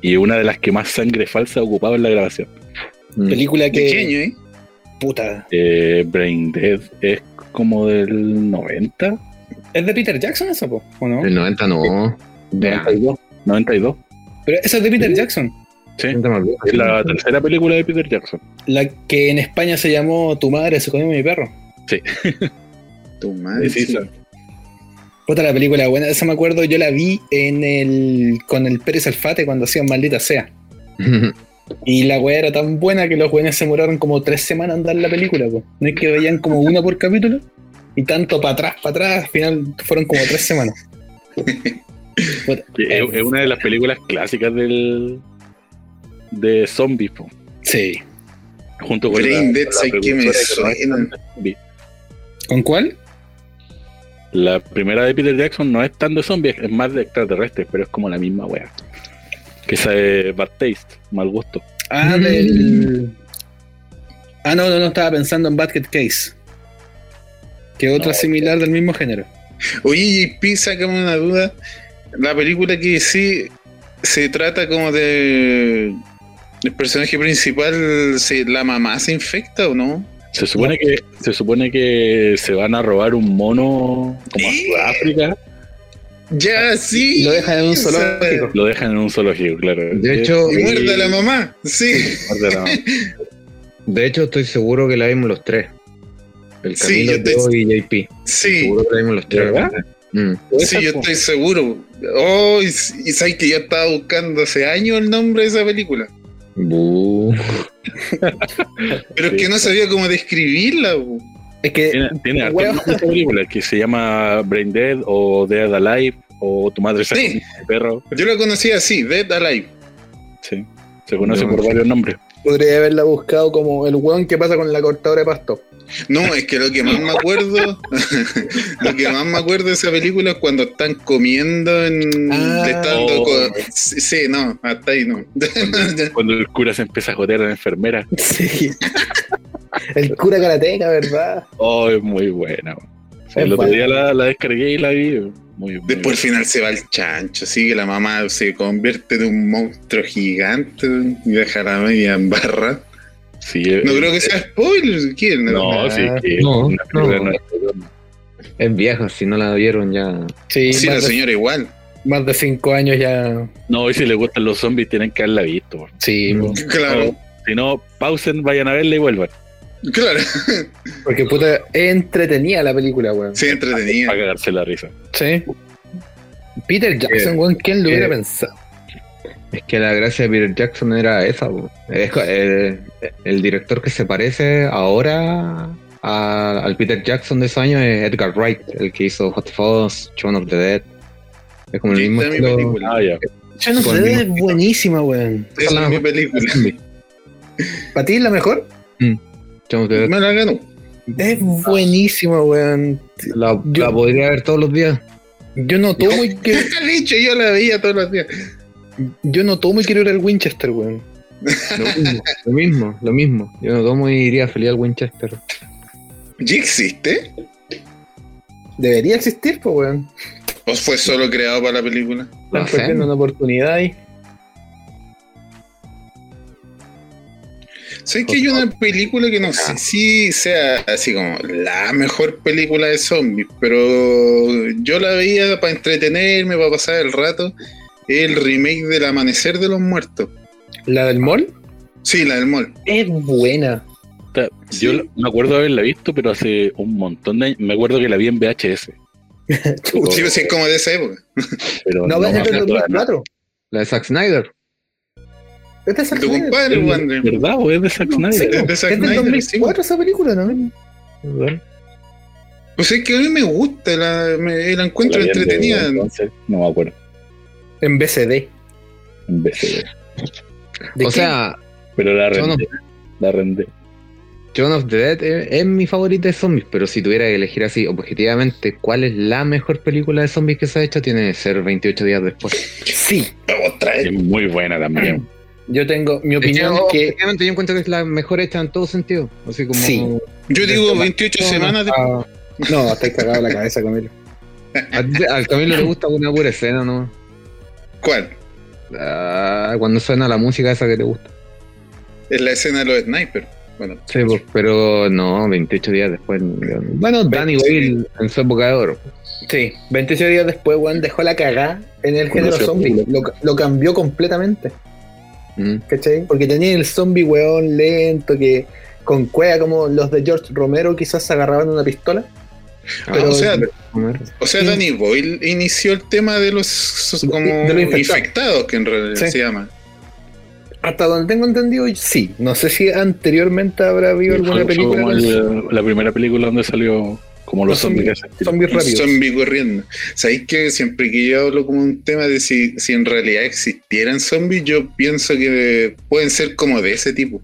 B: y una de las que más sangre falsa ocupaba en la grabación.
A: Mm.
C: Película que.
D: pequeño, ¿eh?
C: Puta.
B: Eh, Brain Dead es como del 90,
C: ¿Es de Peter Jackson esa, po? ¿O no?
A: Del 90 no. De
B: 92, 92.
C: Pero esa es de Peter Jackson.
B: Sí, es la
A: la
B: tercera película de Peter Jackson.
C: La que en España se llamó Tu madre se comió mi perro.
D: Tu madre.
B: Sí,
D: Ah, sí.
B: sí.
C: Puta la película buena, esa me acuerdo, yo la vi en el con el Pérez Alfate cuando hacían Maldita Sea. Y la weá era tan buena que los weones se muraron como tres semanas en dar la película, po. No es que veían como una por capítulo y tanto para atrás, para atrás, al final fueron como tres semanas. Puta,
B: Que Es, es una de las películas clásicas del de zombies, po,
C: Sí.
B: junto con
D: Brain
B: la-
D: Dead,
B: la
D: sé que me
B: precursora que no es
D: suena.
B: tan zombie.
C: ¿Con cuál?
B: La primera de Peter Jackson no es tan de zombies, es más de extraterrestres, pero es como la misma wea. Que esa es Bad Taste, mal gusto.
C: Ah,
A: Mm.
C: del. Ah, no, no, no estaba pensando en Basket Case. Que otra
B: No.
C: similar del mismo género.
D: Oye, JP, sácame una duda. La película que sí se trata como de. El personaje principal, se- ¿la mamá se infecta o no?
B: Se supone que se supone que se van a robar un mono como a
D: Sí.
B: Sudáfrica,
D: Ya, sí.
C: Lo dejan en un
D: o sea,
C: zoológico.
B: lo dejan en un zoológico, claro.
A: De hecho,
D: Y muerde a la mamá, sí.
B: Muerde a la mamá.
A: de hecho, estoy seguro que la vimos los tres. El
D: Sí,
A: Camilo,
D: yo te-
A: yo y JP.
D: Sí,
A: Seguro que la vimos los
B: ¿De
A: tres.
B: verdad?
A: Mm.
D: sí, yo estoy seguro. Oh, y, s- y sabes que yo estaba buscando hace años el nombre de esa película.
A: Bu.
D: Pero es que no sabía cómo describirla. bu.
C: Es que
B: Tiene, tiene hartos
C: Huevo.
B: nombres esta película que se llama Brain Dead o Dead Alive o Tu madre se ha
D: Sí.
B: comido mi perro.
D: Yo la conocía así, Dead Alive.
B: Sí. Se conoce
A: No.
B: por varios nombres.
C: Podría haberla buscado como el weón que pasa con la cortadora de pasto.
D: No, es que lo que más me acuerdo, lo que más me acuerdo de esa película es cuando están comiendo en
C: Ah.
D: de estando
B: Oh.
D: con- sí, sí, no, hasta ahí no.
B: Cuando el cura se empieza a joder a la enfermera.
C: Sí. El cura karateca, ¿verdad?
B: Oh, es muy buena. weón.
C: Es
B: el otro
C: buena.
B: día la, la descargué y la vi. weón. Muy, muy
D: Después al final se va al chancho, así que la mamá se convierte de un monstruo gigante y deja la media en barra.
B: bueno. Sí, eh,
D: No creo que sea spoiler, ¿quién?
B: No, sí, que
A: No,
B: la película
A: no.
B: no es-
A: Es vieja, si no la vieron ya.
C: Sí,
D: Sí, la
C: más, de,
D: señora igual.
C: más de cinco años ya.
B: No, y si les gustan los zombies, tienen que haberla visto. por favor.
C: Sí,
A: Mm.
C: po.
D: Claro,
B: Si no, pausen, vayan a verla y vuelvan.
D: claro.
C: porque puta, entretenía la película, weón.
D: Sí, entretenida.
B: Para cagarse la risa.
C: Sí. Peter Jackson, weón, ¿quién lo hubiera pensado?
A: Es que la gracia de Peter Jackson era esa, po. Es co- el, el director que se parece ahora a- al Peter Jackson de esos años es Edgar Wright, el que hizo Hot Fuzz, Shaun of the Dead. Es como el mismo
D: Esta es mi
A: estilo-
D: película.
B: Ah, ya.
C: Yo no
A: Con
C: sé,
A: el
C: es buenísima, weón.
D: Esa es mi película.
C: ¿Para ti es la mejor?
A: Shaun of the Dead.
D: Me la ganó.
C: Es buenísima, weón.
A: La,
C: Yo-
A: la podría ver todos los días.
C: Yo no tomo y quiero,
D: De hecho, yo la veía todos los días.
C: yo no tomo y quiero ir al Winchester, weón.
A: Lo mismo, lo mismo, lo mismo. Yo no tomo y iría feliz al Winchester.
D: ¿Ya existe?
C: Debería existir, pues, weón.
D: ¿O fue solo creado para la película?
A: Lo
C: Están perdiendo
A: hacen.
C: una oportunidad ahí.
D: Sé que hay una película que no sé si sea así como la mejor película de zombies, pero yo la veía para entretenerme, para pasar el rato. El remake del Amanecer de los Muertos.
C: ¿La del mall?
D: Sí, la del mall.
C: Es buena.
B: Ta- Yo
D: Sí.
B: la- me acuerdo de haberla visto, pero hace un montón de años. Me acuerdo que la vi en VHS. Pero-
D: Sí, sí, es como de esa época.
B: pero
C: No,
B: me
C: ves es del
B: acuerdo de la-
C: 2004.
A: La de Zack Snyder.
C: Esta Este es
D: Tu
C: Snyder.
D: compadre, Wander.
B: ¿Verdad? ¿O es de Zack
C: Sí,
B: Snyder?
D: de
C: es
D: Zack
C: del
D: Snyder,
C: 2004 esa película, ¿no?
D: Pues es que a mí me gusta, la, me- la encuentro
B: La vi en
D: entretenida.
B: DVD, entonces, no me acuerdo.
C: En BCD.
B: En DVD.
C: ¿De
A: O
C: qué?
A: sea,
B: Pero la
A: Yo no-
B: rendé. La rendé.
C: Eh.
A: Shaun of the Dead es, es mi favorita de zombies, pero si tuviera que elegir así objetivamente cuál es la mejor película de zombies que se ha hecho, tiene que ser 28 días después.
C: sí.
D: Otra vez.
B: Es muy buena también.
C: Yo tengo mi opinión
A: Es que,
C: que
A: objetivamente yo encuentro que es la mejor hecha en todo sentido. Así como
C: Sí.
D: Yo digo 28
A: no,
D: semanas de...
C: No, está cagado la cabeza, Camilo.
A: a ti- al Camilo le gusta una pura escena, ¿no?
D: ¿Cuál?
A: Ah, cuando suena la música esa que te gusta.
D: Es la escena de los snipers. Bueno,
A: Sí, pues, pero no, 28 días después. Bueno, Danny Boyle en su época de oro.
C: Sí, 28 días después, weón, dejó la cagada en el género
B: Conoció
C: zombie. Lo, lo cambió completamente,
A: Mm.
C: ¿cachai? Porque tenía el zombie, weón, lento, que con cueva como los de George Romero quizás se agarraban una pistola.
B: Ah,
C: Pero-
D: Ah, o sea,
A: Comer.
D: O sea,
C: Sí.
D: Danny Boyle inició el tema de los como
C: De los infectados.
D: infectados. que en realidad
C: Sí.
D: se llama.
C: Hasta donde tengo entendido, sí. No sé si anteriormente habrá habido alguna
B: Fue- fue
C: película
B: como
C: con
B: el- la primera película donde salió como los,
C: Los
B: zombies. que se-
C: zombies rápidos.
D: Zombie corriendo. Sabéis que siempre que yo hablo como un tema de si, si en realidad existieran zombies, yo pienso que pueden ser como de ese tipo.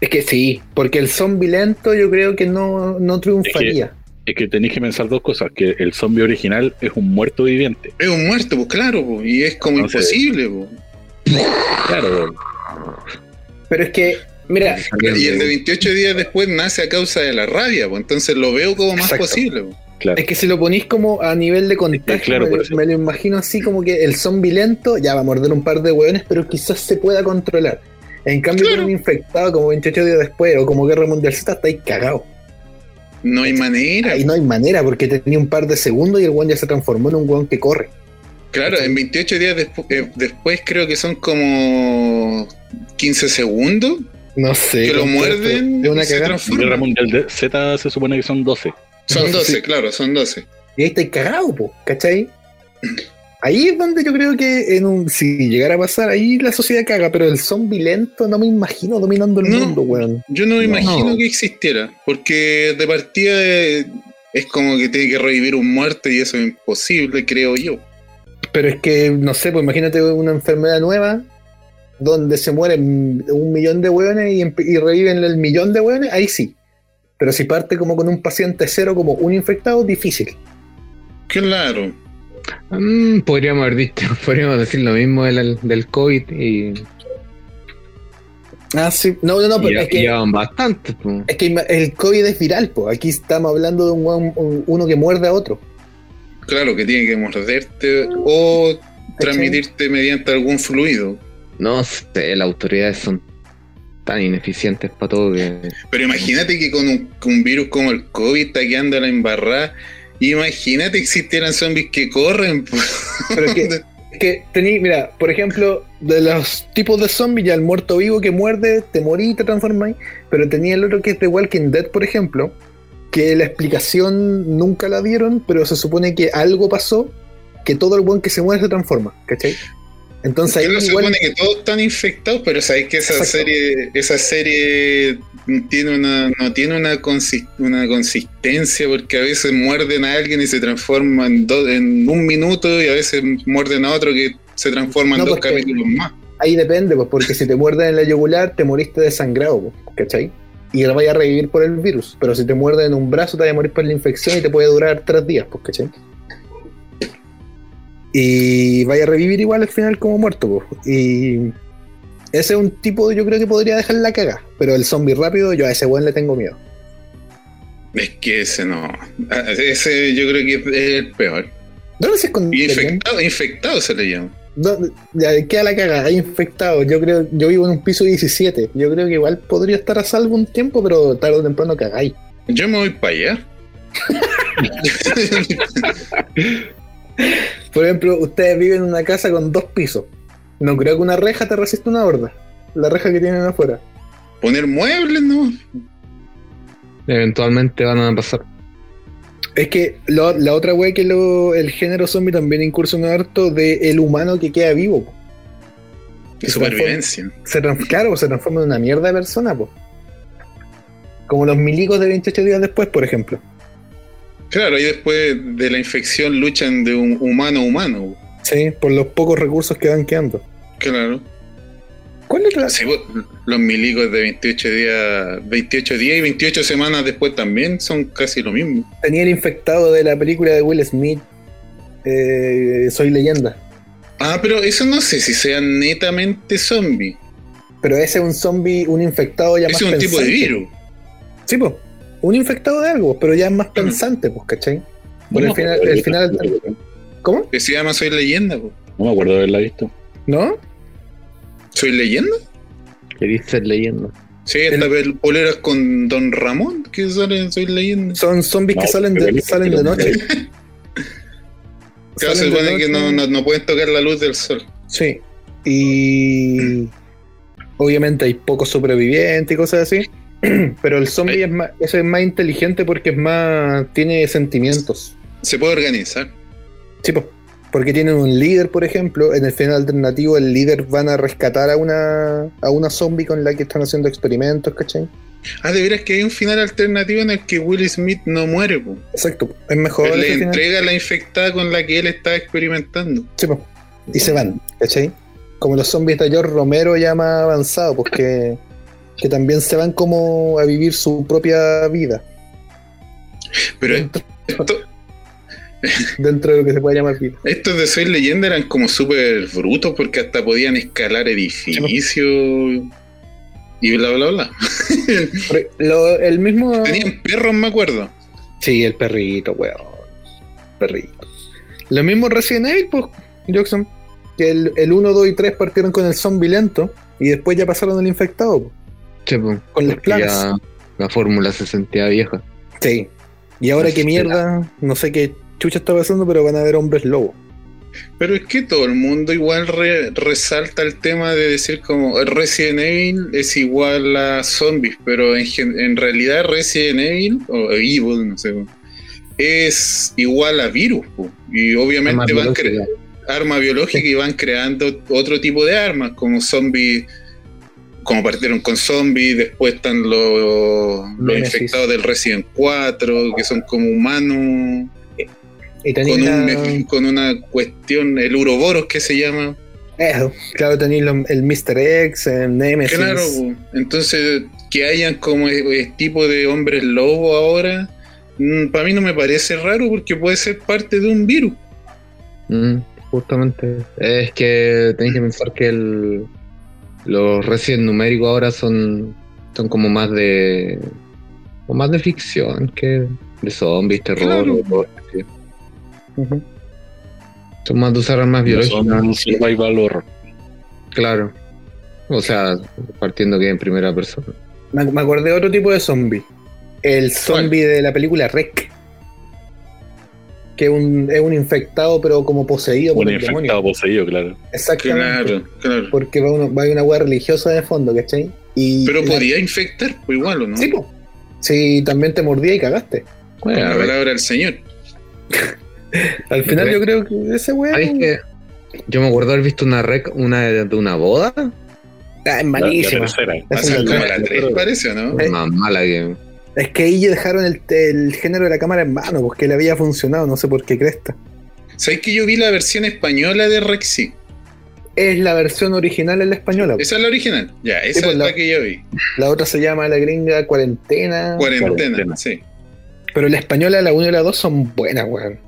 C: Es que sí, porque el zombie lento yo creo que no, no triunfaría.
B: Es que tenéis que pensar dos cosas, que el zombie original es un muerto viviente.
D: Es un muerto, pues claro, pues, y es como
B: No sé.
D: imposible. pues.
B: Claro.
C: Ah, Pero es que, mira,
D: Y el de 28 días después nace a causa de la rabia, pues, entonces lo veo como más
C: Exacto.
D: posible. pues.
B: Claro.
C: Es que si lo ponís como a nivel de contagio,
B: Es que, claro,
C: me,
B: por
C: lo-
B: eso.
C: me lo imagino así como que el zombie lento ya va a morder un par de hueones, pero quizás se pueda controlar. En cambio,
D: Claro.
C: con un infectado como 28 días después o como Guerra Mundial Z, estáis cagados.
D: No hay manera.
C: Ahí no hay manera porque tenía un par de segundos y el hueón ya se transformó en un hueón que corre.
D: Claro, en 28 días despu- eh, después creo que son como 15 segundos.
C: No sé.
D: que lo
C: con-
D: muerden
C: Es una
D: y
B: En
C: cagada.
D: se
B: Guerra
D: transforman.
B: Mundial de Z se supone que son 12.
D: Son
C: Sí.
D: 12, claro, son 12.
C: Y ahí estáis cagados, po, ¿cachai? Ahí es donde yo creo que en un, si llegara a pasar, ahí la sociedad caga, pero el zombie lento no me imagino dominando el
D: No.
C: mundo, weón.
D: Yo no, me
B: No.
D: imagino que existiera, porque de partida eh, es como que tiene que revivir un muerto y eso es imposible, creo yo.
C: Pero es que, no sé, pues imagínate una enfermedad nueva donde se mueren un millón de hueones y, emp- y reviven el millón de hueones, ahí sí. Pero si parte como con un paciente cero, como un infectado, difícil.
D: Claro.
A: Mm, podríamos haber dicho, podríamos decir lo mismo del, del COVID y,
C: Ah, sí. No, no, no,
A: y
C: pero es
A: ya-
C: que,
A: llevan bastante. po.
C: es que ima- el COVID es viral, pues. Aquí estamos hablando de un, hueón- un- uno que muerde a otro.
D: Claro, que tiene que morderte o transmitirte mediante algún fluido.
A: No sé, las autoridades son tan ineficientes para todo que.
D: Pero imagínate que con un, con un virus como el COVID está quedando la embarrada. Imagínate que existieran zombies que corren. po.
C: Pero que, que tení, mira, por ejemplo, de los tipos de zombies, ya el muerto vivo que muerde, te morís y te transformáis. Pero tenía el otro que es de Walking Dead, por ejemplo, que la explicación nunca la dieron, pero se supone que algo pasó que todo el buen que se muere se transforma, ¿cachai? Entonces ahí
D: Que no se
C: igual-
D: supone que todos están infectados, pero sabéis que esa
C: Exacto.
D: serie, esa serie tiene una, no tiene una, consi- una consistencia, porque a veces muerden a alguien y se transforma en, do- en un minuto, y a veces muerden a otro que se transforma en
C: No,
D: dos
C: porque-
D: capítulos más.
C: ahí depende, pues porque si te muerden en la yugular, te moriste desangrado, pues, ¿cachai? Y la vaya a revivir por el virus. Pero si te muerden en un brazo, te vas a morir por la infección y te puede durar tres días, pues, ¿cachai? Y vaya a revivir igual al final como muerto, pues. Y ese es un tipo, yo creo que podría dejar la caga. Pero el zombie rápido, yo a ese weón le tengo miedo.
D: Es que ese no. Ah, Ese yo creo que es el peor.
C: ¿Dónde se esconde?
D: Y
C: Demian?
D: infectado, infectado se le llama.
C: ¿Dónde- ya, Queda la caga, hay infectado. Yo creo, yo vivo en un piso 17. Yo creo que igual podría estar a salvo un tiempo, pero tarde o temprano cagáis.
D: Yo me voy para allá.
C: Por ejemplo, ustedes viven en una casa con dos pisos. No creo que una reja te resista una horda. La reja que tienen afuera.
D: Poner muebles, ¿no?
A: Eventualmente van a pasar.
C: Es que lo- la otra wea que lo- el género zombie también incursionó harto de el humano que queda vivo. po. se
D: Supervivencia.
C: Se trans- claro, se transforma en una mierda de persona, po. Como los milicos de 28 días después, por ejemplo.
D: Claro, y después de la infección luchan de un humano a humano.
C: Sí, por los pocos recursos que van quedando.
D: Claro.
C: ¿Cuál es la,
D: Sí, vos- los milicos de 28 días, 28 días y 28 semanas después también son casi lo mismo.
C: tenía el infectado de la película de Will Smith? eh, Soy leyenda.
D: Ah, pero eso no sé si sean netamente zombies.
C: Pero ese es un zombie, un infectado ya
D: Ese
C: más
D: es un tipo de
C: pensante.
D: virus.
C: Sí, pues. Un infectado de algo, pero ya es más pensante, pues, ¿cachai? Por el final- el final- ¿Cómo?
D: Que se llama Soy Leyenda. po.
B: No me acuerdo de haberla visto.
C: ¿No?
D: ¿Soy Leyenda?
A: Que dices leyendo.
D: Sí, estas poleras con Don Ramón que salen Soy Leyenda.
C: Son zombies
B: No,
C: que salen de,
B: pero-
C: salen de noche.
D: Claro, se
C: Salen de
D: supone que no,
C: noche.
D: no, no pueden tocar la luz del sol.
C: Sí. Y. Obviamente hay pocos sobrevivientes y cosas así. Pero el zombie es más, ese es más inteligente porque es más. tiene sentimientos.
D: Se puede organizar.
C: Sí, po. Porque tienen un líder, por ejemplo. En el final alternativo, el líder van a rescatar a una. a una zombie con la que están haciendo experimentos, ¿cachai?
D: Ah, de veras que hay un final alternativo en el que Will Smith no muere. po.
C: Exacto. Es mejor.
D: Él le
C: ese final.
D: entrega la infectada con la que él está experimentando.
C: Sí, po. Y se van, ¿cachai? Como los zombies de George Romero ya más avanzado, porque que también se van como a vivir su propia vida
D: Pero esto,
C: dentro de lo que se puede llamar vida.
D: Estos de Soy Leyenda eran como súper brutos porque hasta podían escalar edificios y bla bla bla.
C: Pero lo- el mismo.
D: Tenían perros, me acuerdo.
C: Sí, el perrito, weón. Perrito. Lo mismo Resident Evil, pues, Jackson. Que el, el 1, 2 y 3 partieron con el zombie lento y después ya pasaron al infectado, po,
A: Che, po,
C: con las
A: porque
C: plagas.
A: ya la fórmula se sentía vieja.
C: Sí. Y ahora qué mierda, no sé qué chucha está pasando, pero van a haber hombres lobo.
D: Pero es que todo el mundo igual re- resalta el tema de decir como Resident Evil es igual a zombies, pero en, gen- en realidad Resident Evil o Evil, no sé, es igual a virus. po. Y obviamente van, cre-
A: biológica.
D: arma biológica y van creando otro tipo de armas, como zombies, como partieron con zombies, después están los, los
C: Nemesis.
D: infectados del Resident 4, que son como humanos,
C: Y
D: con,
C: tenéis
D: un
C: la-
D: me- con una cuestión, el Uroboros que se llama.
C: Eso. Claro, tenéis lo- el Mr. X, el Nemesis.
D: Claro, po. entonces que hayan como e- e- tipo de hombres lobo ahora, para mí no me parece raro porque puede ser parte de un virus.
A: Mm, justamente. Es que tenéis que pensar que el, los recién numéricos ahora son, son como más de. o más de ficción que de zombies, terror.
D: Claro.
A: o- o- sí. Ujú. Son más de usar armas biológicas.
B: Son un survival horror.
A: Claro. O sea, partiendo que en primera persona.
C: Me, me acordé de otro tipo de zombie. El zombie de la película Rec. Que un- es un infectado, pero como poseído por
B: Un
C: un demonio.
B: infectado poseído, claro.
C: Exactamente.
D: Claro, claro.
C: Porque va, uno- va una weá religiosa de fondo, ¿cachai? Y
D: Pero
C: la-
D: podía infectar, pues igual, ¿o no?
C: Sí, po. Sí, también te mordía y cagaste.
A: Bueno,
D: la
A: a ver.
D: palabra del Señor.
C: Al final yo creo que ese
A: ¿Sabes
C: weón.
A: qué? Yo me acuerdo haber visto una rec, una de, de una boda.
D: Eh.
C: Ah, es
B: La, la
C: malísima.
B: tercera.
C: Esa es
D: Pasan
C: la-
D: como a la 3, parece, ¿o no?
C: Eh.
A: Más mala que.
C: Es que ahí ya dejaron el, el género de la cámara en mano, porque le había funcionado, no sé por qué cresta.
D: ¿Sabes que yo vi la versión española de Rexy?
C: Es la versión original en la española. po.
D: Esa es la original. Ya,
C: Sí,
D: esa
C: pues,
D: es
C: la-
D: la... que yo vi.
C: La otra se llama La Gringa Ah, Cuarentena.
D: Cuarentena,
B: Cuarentena.
D: sí.
C: Pero la española, la 1 y la 2 son buenas, weón.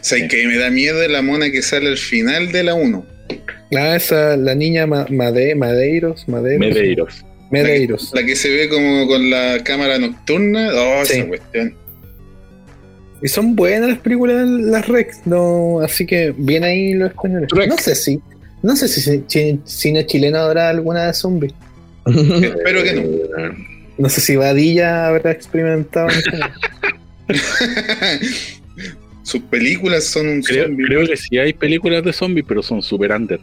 D: ¿Sabes que me da miedo la mona que sale al final de la 1?
C: Ah, esa, la niña Ma- Made- Madeiros, Madeiros.
B: Medeiros.
C: Medeiros.
D: La que se ve como con la cámara nocturna. Oh,
C: Sí.
D: esa cuestión.
C: Y son buenas las películas, las Rex, no, así que bien ahí los españoles.
A: Rex.
C: No sé si, no sé si ci- cine, chileno habrá alguna de zombies.
D: Espero que no.
A: eh,
C: No sé si Vadilla habrá experimentado. en eso.
D: Sus películas son un
B: Creo,
D: zombie.
B: creo que sí hay películas de zombies, pero son super under.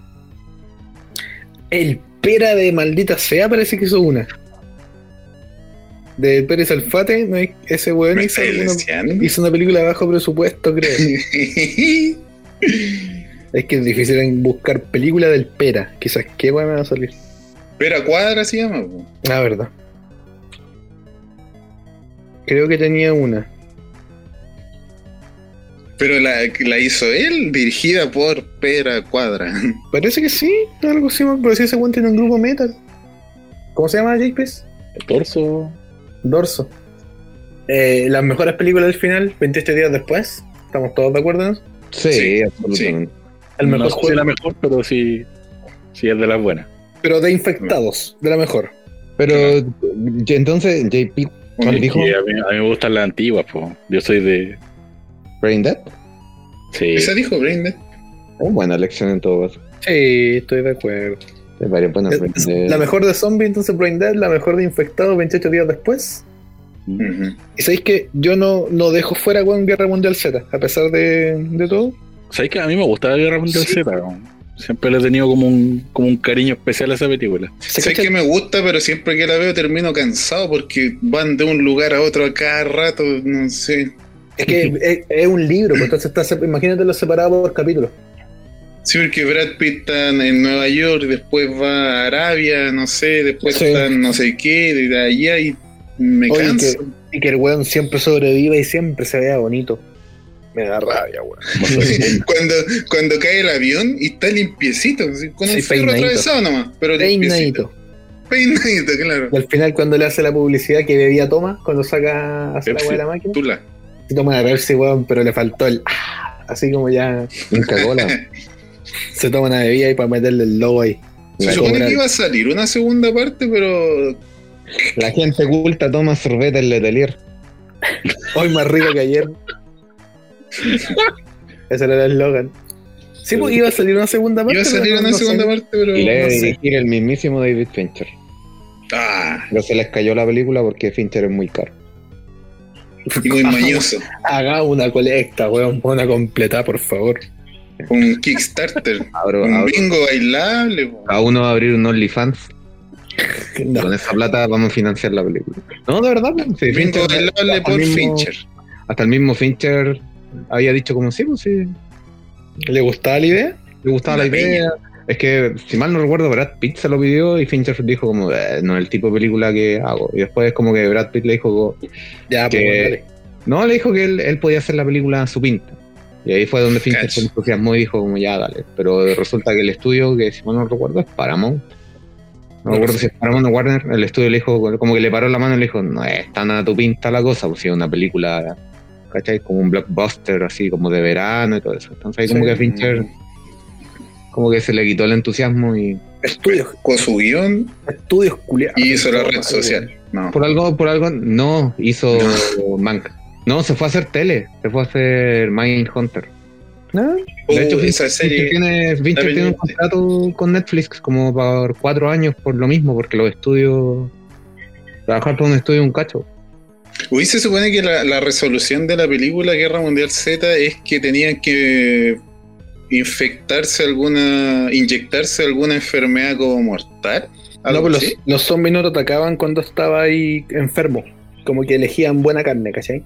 C: El pera de maldita sea parece que hizo una. De Pérez Alfate, no hay- ese weón
D: ¿Me
C: hizo,
D: estáis
C: alguna-
D: deseando?
C: hizo una película de bajo presupuesto, creo. es que es difícil en buscar película del pera. Quizás qué weón me va a salir.
D: Pera Cuadra se llama. po.
C: La verdad. Creo que tenía una.
D: Pero la, la hizo él, dirigida por Pera Cuadra.
C: Parece que sí, algo así, pero sí ese weón tiene un grupo metal. ¿Cómo se llama JPES?
B: El torso.
C: Dorso. Eh, las mejores películas del final, 28 días después. ¿Estamos todos de acuerdo? en eso?
A: Sí,
D: Sí,
A: absolutamente.
C: El mejor
B: no sé si
C: juego.
B: la mejor, pero sí, sí es de las buenas.
C: Pero de infectados,
A: Mm.
C: de la mejor.
A: Pero y entonces, JP ¿cuál
B: Es
A: dijo
B: que a, mí, a mí me gustan las antiguas, po. Yo soy de.
A: Brain Dead.
B: Sí.
D: Esa dijo Brenda.
A: Oh, buena elección en todo caso.
C: Sí, estoy de acuerdo.
A: Hay varias buenas Brain Dead.
C: Eh, La mejor de zombie, entonces Brain Dead, la mejor de infectados, 28 días después.
D: Ujú.
C: Y sabéis que yo no, no dejo fuera One Guerra Mundial Z, a pesar de, de todo.
B: ¿Sabes que a mí me gustaba Guerra Mundial
C: Sí.
B: Z? po. Siempre le he tenido como un, como un cariño especial a esa película.
C: ¿Se
D: Sé
C: cacha-
D: que me gusta, pero siempre que la veo termino cansado porque van de un lugar a otro a cada rato, no sé.
C: Es que es, es un libro, pues, entonces está, sep- imagínatelo separado por capítulo.
D: Sí, porque Brad Pitt está en Nueva York, después va a Arabia, no sé, después
C: Sí.
D: está en no sé qué, de allá y me
C: Oye,
D: canso.
C: Y que el weón siempre sobreviva y siempre se vea bonito. Me da rabia, weón.
D: cuando, cuando cae el avión y está limpiecito, así, con
C: Sí,
D: un fierro
C: peinadito.
D: atravesado nomás, pero limpiecito.
C: Peinadito.
D: Peinadito, claro.
C: Y al final, cuando le hace la publicidad que bebía toma, cuando saca hace la
B: Pepsi.
C: weá de la máquina,
D: Tula.
C: se toma de Pepsi, weón, pero le faltó el. ah, así como ya
A: Inca Cola.
C: se toma una bebida y para meterle el logo ahí.
D: Se
C: La
D: supone
C: cobra-
D: que iba a salir una segunda parte, pero
A: La gente culta toma sorbeta en Letelier.
C: Hoy más rico que ayer. Ese era el eslogan. Sí, pues iba a salir una segunda parte.
D: iba a salir
C: pero no-
D: una
C: no sé.
D: segunda parte, pero
A: Y la iba a
D: no sé.
A: dirigir el mismísimo David Fincher.
D: Ah,
A: Pero se les cayó la película porque Fincher es muy caro.
D: y muy mañoso.
C: Haga una colecta, weón. Una completa, por favor.
D: Un Kickstarter.
A: Abro-
C: Mm.
D: Un
A: abro-
D: bingo bailable. po.
A: A uno va a abrir un OnlyFans.
C: No.
A: Con esa plata vamos a financiar la película. No, de verdad. pues, sí,
D: Bingo
A: Fincher-
D: bailable
A: hasta
D: por
A: el mismo-
D: Fincher.
A: Hasta el mismo Fincher había dicho como sí, pues sí.
C: ¿Le gustaba la idea?
A: Le gustaba la,
D: Una
A: idea. Es que, si mal no recuerdo, Brad Pitt se lo pidió y Fincher dijo como, "Eh, no es el tipo de película que hago. Y después como que Brad Pitt le dijo, como,
C: Ya,
A: Que-
C: pues, bueno, dale.
A: No, le dijo que él, él podía hacer la película a su pinta. Y ahí fue donde Fincher
D: Cacho.
A: se entusiasmó y dijo como ya dale. Pero resulta que el estudio, que si mal no recuerdo, es Paramount. No recuerdo si es Paramount o Warner. El estudio le dijo, como que le paró la mano y le dijo, no es tan a tu pinta la cosa, pues si es una película, ¿cachai? Como un blockbuster así, como de verano y todo eso. Entonces ahí como
C: Sí.
A: que a Fincher como que se le quitó el entusiasmo y
C: Estudios,
D: Con su guión
C: estudios culiados.
D: y hizo la red social. No.
A: por algo, por algo no hizo Mank. No, se fue a hacer tele, se fue a hacer Mindhunter. ¿No? De
D: Oh,
A: hecho, esa serie. Fincher Eh, tiene, Fincher tiene un contrato con Netflix como por cuatro años por lo mismo, porque los estudios. Trabajar por un estudio es un cacho.
D: Uy, se supone que la, la, resolución de la película Guerra Mundial Z es que tenían que infectarse alguna. inyectarse alguna enfermedad como mortal.
C: No, pues los, los zombies no te atacaban cuando estaba ahí enfermo. Como que elegían buena carne, ¿cachai?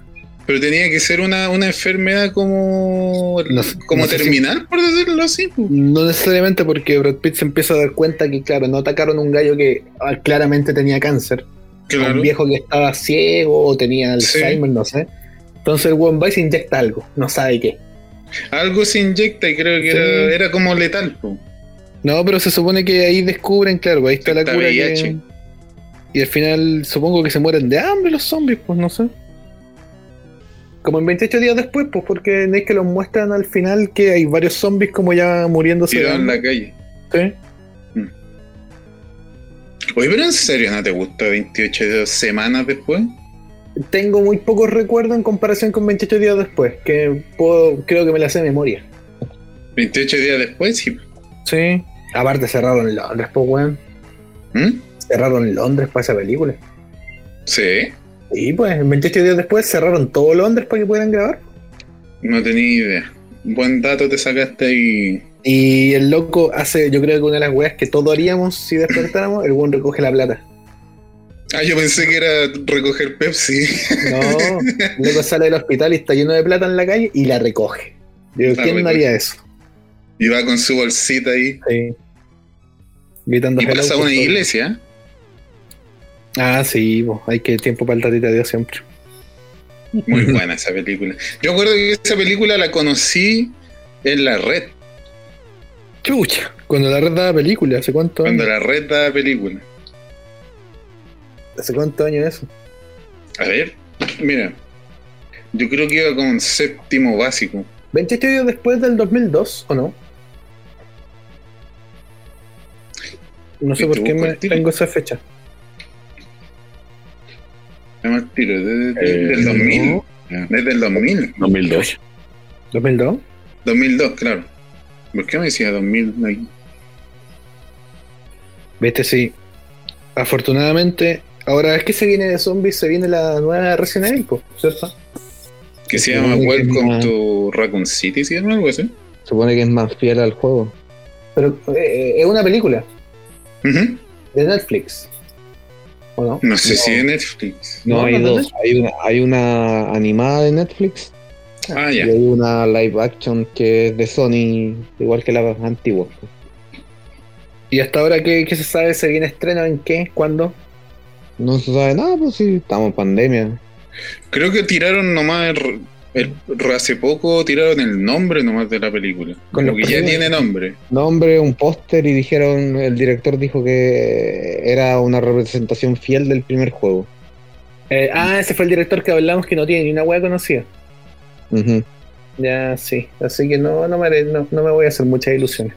D: Pero tenía que ser una, una enfermedad como, no, como no terminal, si, por decirlo así. pues.
C: No necesariamente porque Brad Pitt se empieza a dar cuenta que, claro, no atacaron un gallo que ah, claramente tenía cáncer. Claro. Un viejo que estaba ciego o tenía Alzheimer, sí. no sé. Entonces el one va y se inyecta algo, no sabe qué.
D: Algo se inyecta y creo que sí. era, era, como letal. pues. Po.
C: No, pero se supone que ahí descubren, claro, pues ahí está, está la cura. Que, y al final supongo que se mueren de hambre los zombies, pues no sé como en 28 días después, pues porque es que los muestran al final que hay varios zombies como ya muriéndose.
D: Tirados en la calle.
C: Sí. Mm.
D: Oye, pero en serio, ¿no te gusta 28 semanas después?
C: Tengo muy pocos recuerdos en comparación con 28 días después, que puedo, creo que me la sé de memoria.
D: 28 días después, sí.
C: Sí. Aparte cerraron Londres, pues weón.
D: ¿Mm?
C: Cerraron Londres para esa película.
D: Sí.
C: Y pues, 28 días después cerraron todo Londres para que pudieran grabar.
D: No tenía idea. Buen dato te sacaste y.
C: Y el loco hace, yo creo que una de las weas que todos haríamos si despertáramos, el buen recoge la plata.
D: Ah, yo pensé que era recoger Pepsi.
C: No, el loco sale del hospital y está lleno de plata en la calle y la recoge. Digo, ¿quién recoge. no haría eso?
D: Y va con su bolsita ahí.
C: Sí.
D: Gritando y pasa a una iglesia.
C: Ah, sí, bo. hay que tiempo para el tatita de Dios siempre.
D: Muy buena esa película. Yo acuerdo que esa película la conocí en la red.
C: Chucha, cuando la red daba película, ¿hace cuánto
D: Cuando años? la red daba película.
C: ¿Hace cuánto años eso?
D: A ver, mira, yo creo que iba con séptimo básico.
C: 28 días después del 2002, ¿o no? No sé por qué me tengo esa fecha.
D: Más tiro, desde, desde eh, el 2000. No. Desde el 2000.
B: 2002.
C: ¿2002?
D: 2002, claro. ¿Por qué me decía 2000?
C: Viste, sí. Afortunadamente, ahora es que se viene de zombies, se viene la nueva Resident Evil, ¿cierto?
D: Que se, se llama Welcome más... to Raccoon City, ¿sí? ¿No? Algo así.
A: Supone que es más fiel al juego.
C: Pero eh, es una película.
D: Uh -huh.
C: De Netflix.
D: No? no? sé no. si de Netflix.
A: No, no hay dos. Hay una, hay una, animada de Netflix.
D: Ah, ya.
A: Y hay una live action que es de Sony, igual que la antigua.
C: ¿Y hasta ahora qué, qué se sabe? ¿Se viene estreno en qué? ¿Cuándo?
A: No se sabe nada, pues sí, estamos en pandemia.
D: Creo que tiraron nomás. El, el, hace poco tiraron el nombre nomás de la película. Con que ya tiene nombre.
A: Nombre, un póster y dijeron, el director dijo que era una representación fiel del primer juego.
C: Eh, ah, ese fue el director que hablamos que no tiene ni una hueá conocida.
A: Uh -huh.
C: Ya, sí. Así que no, no, me, no, no me voy a hacer muchas ilusiones.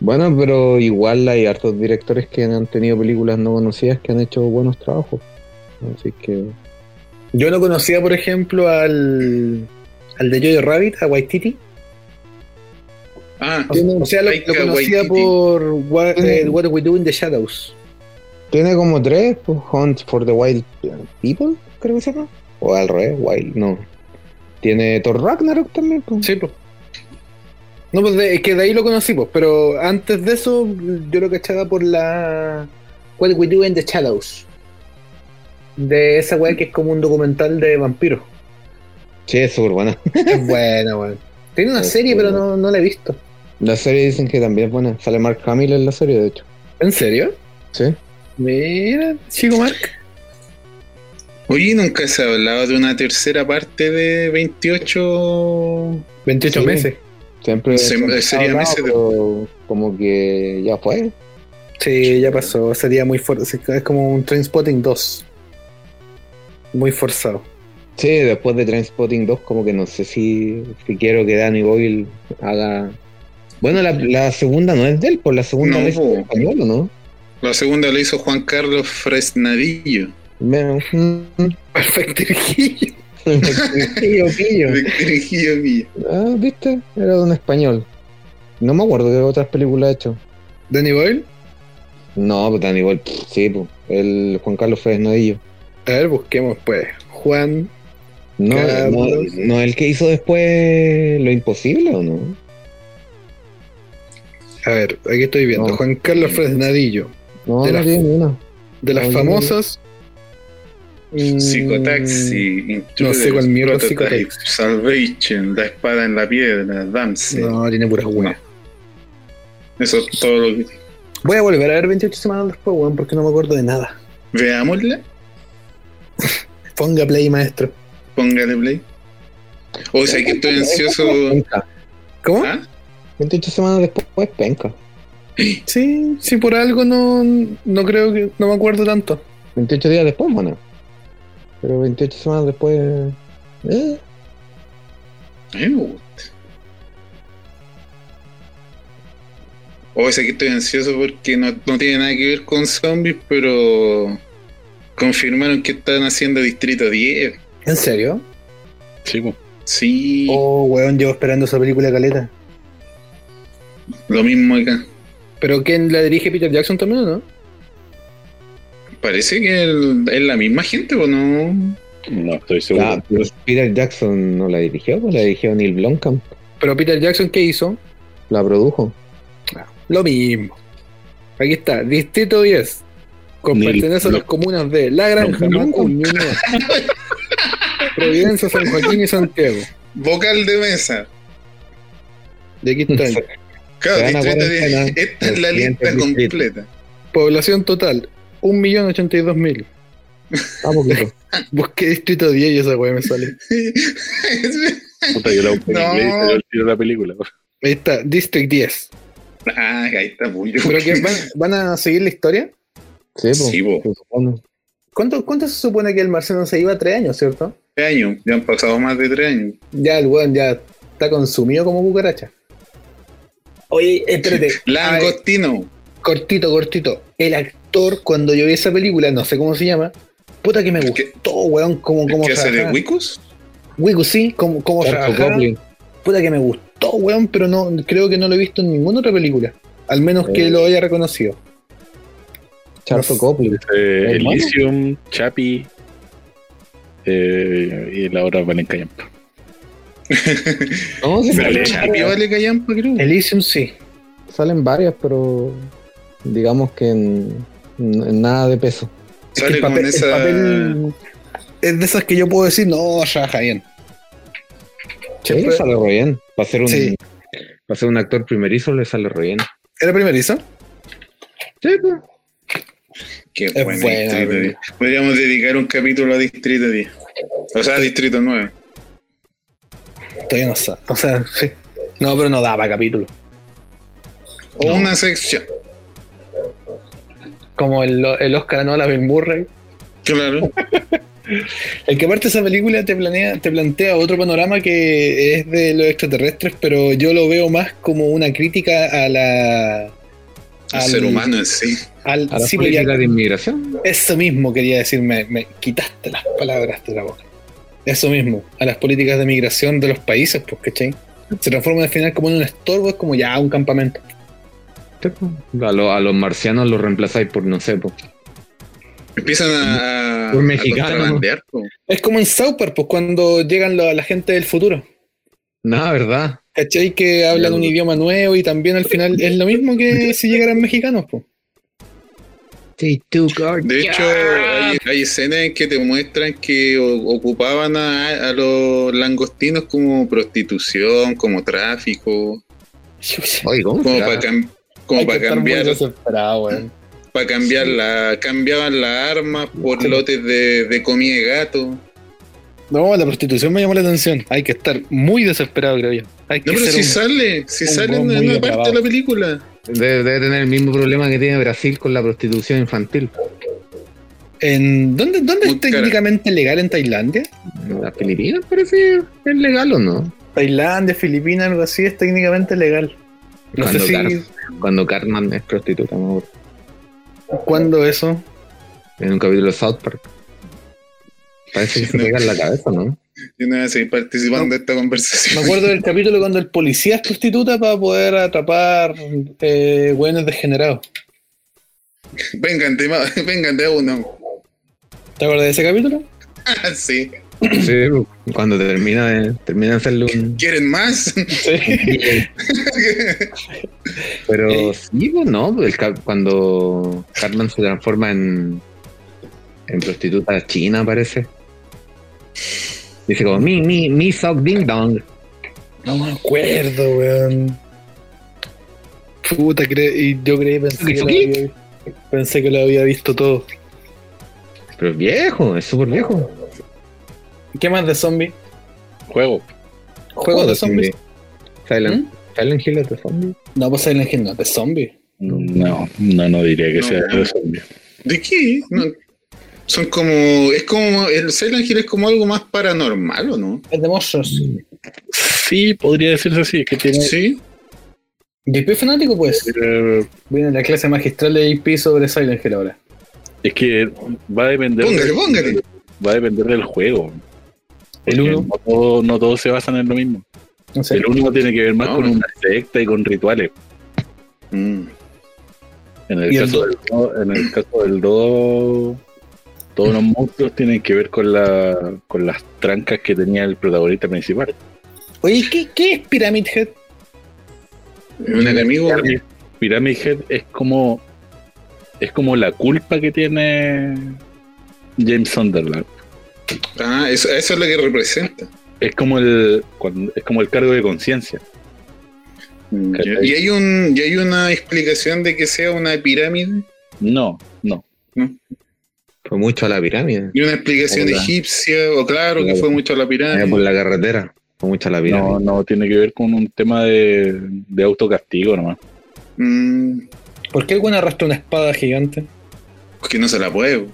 A: Bueno, pero igual hay hartos directores que han tenido películas no conocidas que han hecho buenos trabajos. Así que...
C: Yo no conocía, por ejemplo, al, al de Jojo Rabbit, a Waititi.
D: Ah,
C: o sea, o sea lo, lo, conocía por what, eh, what, We Do in the Shadows.
A: Tiene como tres, pues, Hunt for the Wild People, creo que se llama. O al revés, Wild, no. Tiene Thor Ragnarok también, pues.
C: Sí, pues. No, pues de, es que de ahí lo conocí, pues, pero antes de eso yo lo cachaba por la What We Do in the Shadows de esa weá que es como un documental de vampiros.
A: Sí, es súper buena.
C: Es buena, weón. Tiene una es serie, buena. pero no, no, la he visto.
A: La serie dicen que también es buena. Sale Mark Hamill en la serie, de hecho.
C: ¿En serio?
A: Sí.
C: Mira, chico Mark.
D: Oye, nunca se ha hablado de una tercera parte de 28...
C: 28 sí. meses.
A: Siempre,
D: se, siempre sería hablado, meses
A: de... como que ya fue.
C: Sí, ya pasó. Sería muy fuerte. Es como un Trainspotting 2 muy forzado.
A: Sí, después de Transpotting 2, como que no sé si, si quiero que Danny Boyle haga. Bueno, la, la segunda no es de él, por la segunda
D: no,
C: pues.
A: la hizo español, ¿no?
D: La segunda la hizo Juan Carlos Fresnadillo.
A: Perfecto. Quijillo, Quillo.
D: Dirigido mío.
A: Ah, viste, era de un español. No me acuerdo qué otras películas ha hecho.
C: ¿Danny Boyle?
A: No, pues Danny Boyle, pff, sí, pues. El Juan Carlos Férez Novillo.
C: A ver, busquemos pues. Juan.
A: No, no,
C: Carlos.
A: no, el que hizo después Lo Imposible o no?
C: A ver, aquí estoy viendo.
A: No.
C: Juan Carlos Fresnadillo.
A: No,
C: De
A: no
C: la-
A: tiene ni una.
C: De las
A: Oye.
C: famosas. mm,
D: Psicotaxi,
C: no sé cuál mierda es
D: Prototype, Salvation, La Espada en la Piedra, Damsel.
C: No, tiene puras buenas.
D: Eso es todo lo que.
C: Voy a volver a ver 28 semanas después, weón, porque no me acuerdo de nada.
D: Veámosla,
C: Ponga play, maestro.
D: póngale play. O sea que estoy ansioso.
A: Penca.
C: ¿Cómo?
D: ¿Ah?
A: 28 semanas después, pues, penca.
C: Sí, sí, por algo no, no creo que. No me acuerdo tanto.
A: 28 días después, bueno. Pero 28 semanas después. eh,
D: A mí me gusta. O sea que estoy ansioso porque no, no tiene nada que ver con zombies, pero confirmaron que están haciendo Distrito 10.
C: ¿En serio?
B: Sí, po.
D: Sí,
C: Oh, weón, llevo esperando esa película caleta.
D: lo mismo acá.
C: ¿Pero quién la dirige Peter Jackson también o no?
D: Parece que el- es la misma gente, ¿o no?
B: no estoy seguro.
A: ah, pero Peter Jackson no la dirigió, pues la dirigió Neil Blomkamp.
C: ¿Pero Peter Jackson qué hizo?
A: La produjo.
C: Lo mismo. Aquí está, Distrito 10. Con
B: Neil
C: pertenencia a las
B: Blom-
C: comunas de La Granja,
B: Blom-
C: Macul, Ñuñoa, Providencia, San Joaquín y Santiago.
D: Vocal de mesa.
C: Y aquí está.
D: Claro,
A: Se van a
D: Distrito 10.
A: cuarentena
D: Esta es
A: los
D: la lista
A: siguientes distritos.
D: completa.
C: Población total, 1.082.000.
A: Ah, poquito.
C: Busqué Distrito 10 y esa weá me sale.
B: Puta, yo la busqué en
D: No.
B: inglés y salió el tiro de la película.
C: Ahí está, District 10.
D: ah, ahí está muy
C: ¿Pero qué, van, van a seguir la historia?
A: Sí, pues.
D: Sí, po.
A: se supone.
C: ¿Cuánto, ¿Cuánto se supone que el Marcelo se iba? Tres años, ¿cierto?
D: Tres años, ya han pasado más de tres años.
C: Ya el weón ya está consumido como cucaracha. Oye, espérate. a ver,
D: Langostino.
C: cortito, cortito. El actor, cuando yo vi esa película, no sé cómo se llama, puta que me
D: Es que-
C: gustó, weón, como, como
D: ¿Qué hace de
C: trabajaba.
D: Wicus?
C: Wicu, sí, como, como
A: Charles
C: trabajaba.
A: Goblin.
C: Puta que me gustó, weón, pero no, creo que no lo he visto en ninguna otra película. Al menos que
A: Eh.
C: lo haya reconocido.
A: Charles
C: No.
A: Goblin.
B: Eh,
A: Hermano.
B: Elysium, Chapi eh, y la otra Valen Callampa.
A: No, sí, pues,
B: Sale.
D: Chapi vale callampa, creo.
C: Elysium sí.
A: salen varias, pero digamos que en, en nada de peso.
C: Es que
D: Sale
C: el
D: con
C: papel, el
D: esa.
C: papel es de esas que yo puedo decir, no, trabaja bien.
A: Sí,
C: Siempre-
A: le sale re bien. Para ser un,
C: pues. Sí.
A: para ser un actor primerizo le sale re bien.
C: ¿Era primerizo?
A: Sí, pues.
D: Qué
C: es
D: buena
C: buena,
D: Distrito
C: pero-
D: 10. Podríamos dedicar un capítulo a Distrito 10. O sea, a Distrito 9.
C: Todavía no sé. O sea, sí. No, pero no daba capítulo.
D: O una sección.
C: Como el, el Oscar no a la Bill Murray.
D: Claro.
C: El que aparte esa película te planea, te plantea otro panorama que es de los extraterrestres, pero yo lo veo más como una crítica a la.
D: Al
C: al-
D: ser humano en sí.
C: Al,
A: A la
C: sí, pues,
A: política
C: ya-
A: de inmigración.
C: Eso mismo quería decir, me, me quitaste las palabras de la boca. Eso mismo, a las políticas de migración de los países, pues, ¿cachai? Se transforma al final como en un estorbo, es como ya un campamento.
A: Sí, pues. A, lo- a los marcianos los reemplazáis por, no sé, pues.
D: Empiezan a.
A: Un
D: a
A: mexicano.
D: contrabandear, po.
C: Es como en South Park, pues, cuando llegan la, la gente del futuro.
A: Nada, ¿verdad?
C: ¿Cachai? Que hablan un idioma nuevo y también al final es lo mismo que si llegaran mexicanos, pues.
D: De hecho, hay, hay escenas en que te muestran que o- ocupaban a, a los langostinos como prostitución, como tráfico,
A: Oye, ¿cómo
D: como
A: será?
D: para, cam- como
C: Hay que
D: para
C: estar muy
D: cambiar,
C: desesperado, weón.
D: para cambiar la, cambiaban las armas por lotes de, de comida de gato.
C: No, la prostitución me llamó la atención. Hay que estar muy desesperado, creo yo. Hay que
D: No, pero
C: ser
D: si
C: un-
D: sale, si
C: un
D: sale
C: buen
D: en
C: muy
D: una
C: depravado.
D: parte de la película.
A: Debe, debe tener el mismo problema que tiene Brasil con la prostitución infantil.
C: en- ¿Dónde, dónde
D: Muy
C: es
D: cara.
C: técnicamente legal en Tailandia?
A: Las Filipinas parece es legal o no.
C: Tailandia, Filipinas, algo así, es técnicamente legal. No
A: Cuando
C: sé si.
A: Car- Cuando Cartman es prostituta, me acuerdo.
C: ¿Cuándo eso?
A: En un capítulo de South Park. Parece que se pega en la cabeza, ¿no?
D: Yo no voy a seguir participando
C: No.
D: de esta
C: Me
D: conversación.
C: acuerdo del capítulo cuando el policía es prostituta para poder atrapar eh, buenos degenerados.
D: Vengan, de, ma- vengan de a uno.
C: ¿Te acuerdas de ese capítulo?
D: Ah, sí.
A: Sí, pues, cuando termina de, termina de hacerle un.
D: ¿Quieren más?
C: Sí.
A: Pero sí, pues, no, pues, el Car- cuando Cartman se transforma en, en prostituta china, parece. Dice como, mi, mi, mi sock ding dong.
C: No me acuerdo, weón. Puta, cre- y yo creí, pensé que, lo había, pensé que lo había visto todo.
A: Pero es viejo, es súper viejo.
C: ¿Qué más de zombies?
B: Juego.
C: ¿Juegos de zombies?
A: Silent, Silent Hill es de zombies.
C: No, pues Silent Hill no, de zombies.
B: No, no, no diría que
D: No,
B: sea
D: no.
B: de zombie.
D: ¿De qué? No. Son como. Es como. El Silent Hill es como algo más paranormal, ¿o no?
C: Es de monstruos.
B: Sí, podría decirse así, que tiene
D: Sí.
C: JP fanático, pues.
B: eh,
C: Viene la clase magistral de JP sobre Silent Hill ahora.
B: es que va a depender
D: Póngale, póngale.
B: va a depender del juego.
C: El
B: Porque
C: uno.
B: No, todo- no todos se basan en lo mismo.
C: No sé.
B: El uno tiene que ver más
D: No,
B: con
D: no.
B: una secta y con rituales.
D: Mm.
B: En el
C: Y el
B: caso del do- en el caso del do, todos los monstruos tienen que ver con la con las trancas que tenía el protagonista principal.
C: Oye, ¿qué, qué es Pyramid Head?
D: Un enemigo.
B: Pyramid- Pyramid Head es como es como la culpa que tiene James Sunderland.
D: Ah, eso, eso es lo que representa.
B: Es como el cuando- es como el cargo de conciencia. Perfecto.
D: Mm, Y hay un, y hay una explicación de que sea una pirámide.
B: No, no.
A: Fue mucho a la pirámide.
D: Y una explicación
B: Hola.
D: egipcia. O claro que
A: Hola. pues.
D: fue mucho a la
A: Allá Ah, por
D: pirámide.
A: la carretera. Fue mucho a la pirámide.
B: No, no, tiene que ver con un tema de, de autocastigo nomás.
D: Mm,
C: ¿Por qué alguna arrastra una espada gigante?
D: pues que no se la puede.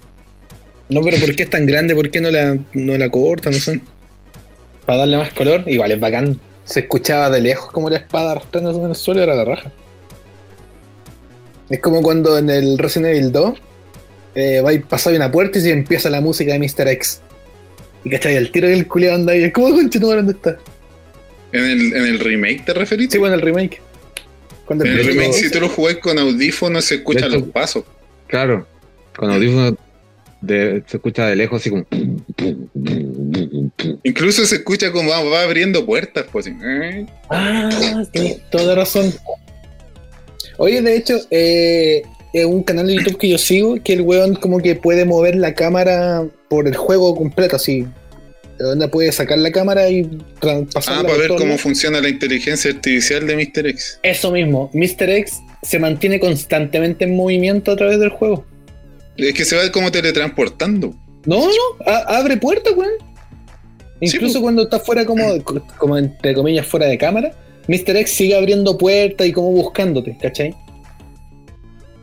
C: No, pero ¿por qué es tan grande? ¿Por qué no la, no la cortan? No sé. Para darle más color, igual es bacán. Se escuchaba de lejos como la espada arrastrándose en el suelo era la raja. Es como cuando en el Resident Evil 2 eh, va y pasáis una puerta y se empieza la música de Mr. X. Y cachai, el tiro que el culiado anda ahí. ¿Cómo continúa dónde está?
D: ¿En el, en el remake te referiste?
C: Sí, bueno, el remake. Cuando
D: en el
C: empezó-
D: remake, si tú lo jugás con audífonos, se escuchan
A: De hecho-
D: los pasos.
A: Claro, con audífonos de- se escucha de lejos así como.
D: Incluso se escucha como va, va abriendo puertas. Pues, así, eh.
C: Ah, tienes toda razón. Oye, de hecho, eh, en un canal de YouTube que yo sigo, que el weón como que puede mover la cámara por el juego completo, así. La onda puede sacar la cámara y tra- pasarla
D: Ah,
C: por
D: para ver
C: todo el
D: cómo
C: mundo.
D: funciona la inteligencia artificial de Mr. X.
C: Eso mismo, Mr. X se mantiene constantemente en movimiento a través del juego.
D: Es que se va como teletransportando.
C: No, no, a- abre puertas, weón.
D: Sí,
C: Incluso
D: pues.
C: cuando está fuera como, como entre comillas fuera de cámara, Mr. X sigue abriendo puertas y como buscándote, ¿cachai?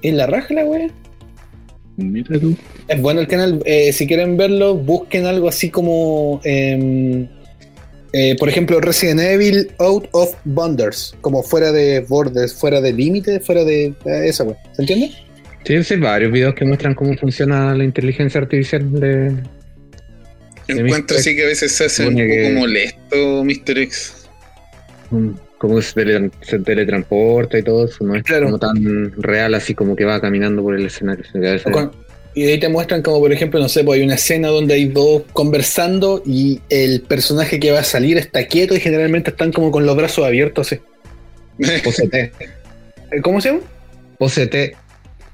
C: En la raja la wea.
B: Mira tú.
C: Es bueno el canal, eh, si quieren verlo, busquen algo así como, em, eh, por ejemplo, Resident Evil Out of Borders, como fuera de bordes, fuera de límites, fuera de eh, esa wea. ¿Se entiende?
A: Sí, sí, varios videos que muestran cómo funciona la inteligencia artificial de. De
D: Encuentro
A: Mr.
D: así que a veces se hace un
A: Supone
D: poco
A: que-
D: molesto Mr. X.
A: cómo se, tele- se teletransporta y todo eso. No es
C: Claro.
A: como tan real así como que va caminando por el escenario. se queda ese-
C: O con- y ahí te muestran como, por ejemplo, no sé, pues hay una escena donde hay dos conversando y el personaje que va a salir está quieto y generalmente están como con los brazos abiertos. así.
A: Pose T.
C: Eh, ¿Cómo se llama?
A: Pose T.
C: Eh,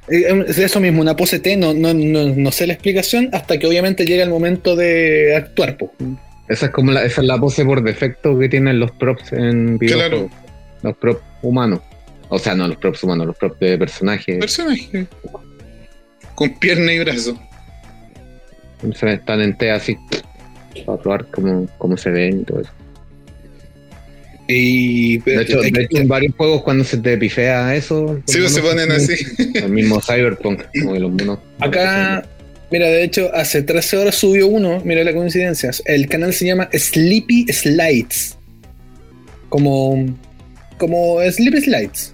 C: eh, es Eso mismo, una pose T, no, no, no, no sé la explicación hasta que obviamente llega el momento de actuar. pues. po.
A: Esa es como la, esa es la pose por defecto que tienen los props en video.
D: Claro,
A: Los props humanos. O sea, no los props humanos, los props de personajes.
D: personaje. Con pierna y brazo.
A: Se están en T así para probar cómo, cómo se ven y todo eso.
C: Y, eh,
A: De hecho, de hecho, en varios juegos cuando se te pifea eso.
D: Sí, pues,
A: los
D: se
A: monos
D: ponen
A: son-
D: así.
A: El mismo Cyberpunk, como que los monos.
C: Ah, Acá, mira, de hecho, hace 13 horas subió uno, mira la coincidencia. El canal se llama Sleepy Slides. Como. Como Sleepy Slides.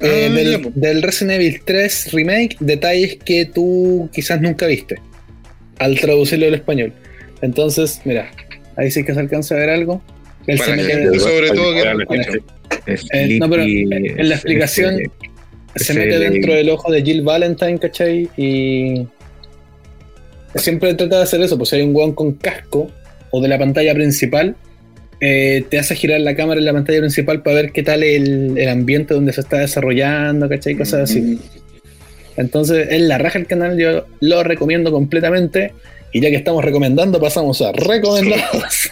C: Eh,
D: Ah, ya,
C: del,
D: po.
C: del Resident Evil 3 Remake, detalles que tú quizás nunca viste al traducirlo al español. Entonces, mira, Ahí sí que se alcanza a ver algo. Él
D: Para
C: se
D: la
C: mete-
D: gente, sobre todo que no
B: Para la gente.
D: escucha.
C: Eh, no, pero en- en la
A: es- este,
C: explicación
A: es-
C: se
A: es
C: mete
A: el-
C: dentro del ojo de Jill Valentine, ¿cachai? Y siempre trata de hacer eso, pues si hay un weón con casco o de la pantalla principal, eh, te hace girar la cámara en la pantalla principal para ver qué tal el, el ambiente donde se está desarrollando, ¿cachai? Cosas
D: Mm.
C: así. Entonces, es la raja el canal, yo lo recomiendo completamente. Y ya que estamos recomendando, pasamos a recomendados.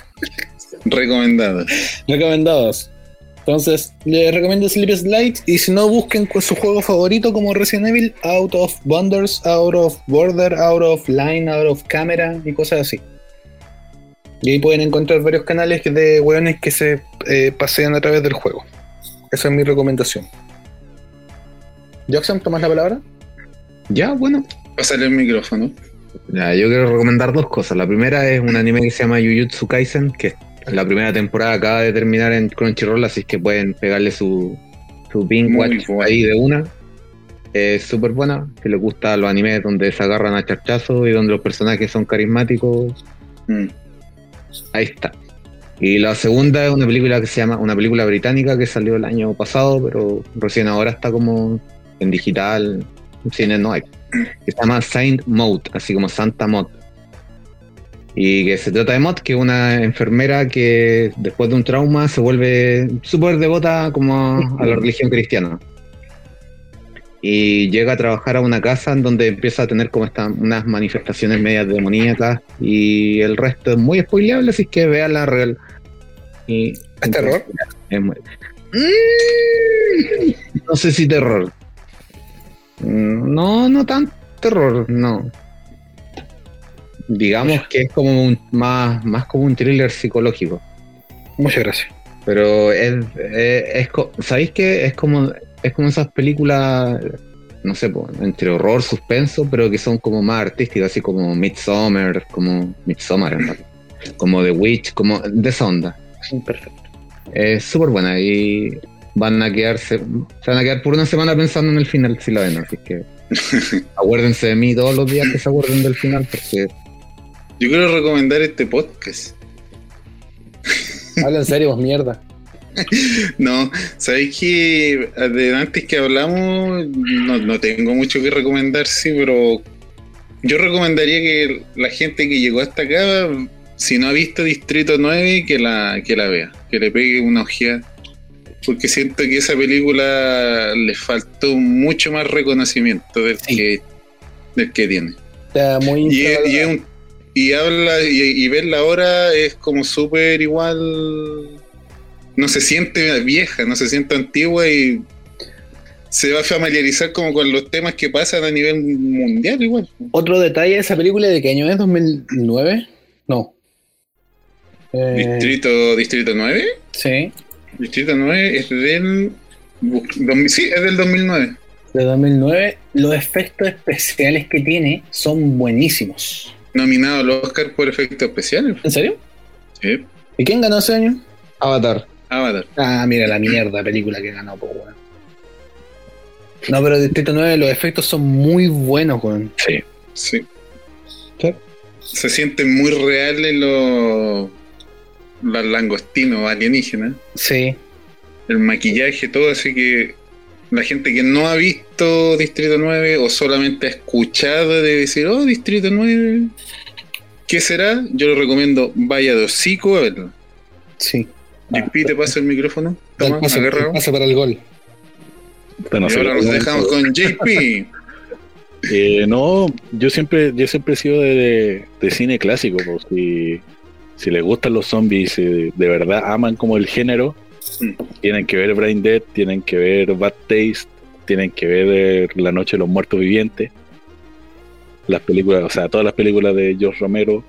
D: Recomendado.
C: recomendados. Entonces, les recomiendo Sleep Slide. Y si no, busquen cu- su juego favorito como Resident Evil, Out of Wonders, Out of Border, Out of Line, Out of Camera y cosas así. Y ahí pueden encontrar varios canales de weones que se eh, pasean a través del juego. Esa es mi recomendación. Joxon, ¿tomas la palabra?
A: Ya, bueno.
D: Pásale el micrófono.
A: Ya, yo quiero recomendar dos cosas. La primera es un anime que se llama Jujutsu Kaisen, que la primera temporada acaba de terminar en Crunchyroll, así que pueden pegarle su, su binge
D: Muy
A: watch
D: bueno.
A: ahí de una. Es súper buena. Si les gustan los animes donde se agarran a charchazos y donde los personajes son carismáticos,
D: Mm.
A: ahí está. Y la segunda es una película que se llama, una película británica que salió el año pasado, pero recién ahora está como en digital, en cine no hay. Que se llama Saint Maud, así como Santa Maud. Y que se trata de Maud, que es una enfermera que después de un trauma se vuelve súper devota como a- a la religión cristiana. Y llega a trabajar a una casa en donde empieza a tener como estas unas manifestaciones medias demoníacas y el resto es muy spoileable, así que vea la real. Y,
C: ¿Es terror?
A: es muy- Mm, No sé si terror. Mm, No, no tan terror, no. Digamos que es como un, más, más como un thriller psicológico.
C: Muchas gracias.
A: Pero es, es- es co- ¿sabéis que es como es como esas películas, no sé, po, entre horror, suspenso, pero que son como más artísticas, así como Midsommar, como Midsommar, en realidad, como The Witch, como de esa onda.
C: Perfecto.
A: Es súper buena y van a quedarse, se van a quedar por una semana pensando en el final si la ven, así que acuérdense de mí todos los días que se acuerden del final porque
D: Yo quiero recomendar este podcast.
C: Habla en serio, vos mierda.
D: No, sabéis que de antes que hablamos, no, no tengo mucho que recomendar, sí, pero yo recomendaría que la gente que llegó hasta acá, si no ha visto Distrito 9, que la, que la vea, que le pegue una ojeada. Porque siento que esa película le faltó mucho más reconocimiento del, que, del que tiene.
C: Está muy
D: Y, es- y, es
C: infravalorado.
D: un- y habla y, y verla ahora es como súper igual. No se siente vieja, no se siente antigua y se va a familiarizar como con los temas que pasan a nivel mundial igual.
C: Otro detalle de esa película de qué año es, 2009? No. Eh,
D: Distrito, Distrito 9.
C: Sí,
D: Distrito 9 es del... dos- Sí, es del 2009.
C: de 2009. Los efectos especiales que tiene son buenísimos.
D: Nominado al Oscar por efectos especiales.
C: ¿En serio?
D: Sí.
C: ¿Y quién ganó ese año?
A: Avatar.
D: Avatar.
C: Ah, mira la mierda película que ganó, pues, weón. No, pero Distrito 9, los efectos son muy buenos, weón.
B: Sí.
D: Sí.
C: ¿Qué?
D: Se sienten muy reales los, los langostinos alienígenas.
C: Sí.
D: el maquillaje, todo, así que la gente que no ha visto Distrito 9 o solamente ha escuchado de decir, oh, Distrito 9, ¿qué será? Yo le recomiendo vaya de hocico a verlo.
C: Sí.
D: JP, te paso el micrófono. Toma,
C: Pasa
D: agárralo.
C: para el gol.
B: Puta, no
D: Y
B: sé
D: ahora
B: lo
D: nos
B: que-
D: dejamos con JP.
B: Eh, no, yo siempre, yo siempre he sido de, de- de cine clásico. pues, si, si les gustan los zombies, si de verdad aman como el género,
D: Mm.
B: tienen que ver Brain Dead, tienen que ver Bad Taste, tienen que ver eh, La Noche de los Muertos Vivientes, las películas, o sea, todas las películas de George Romero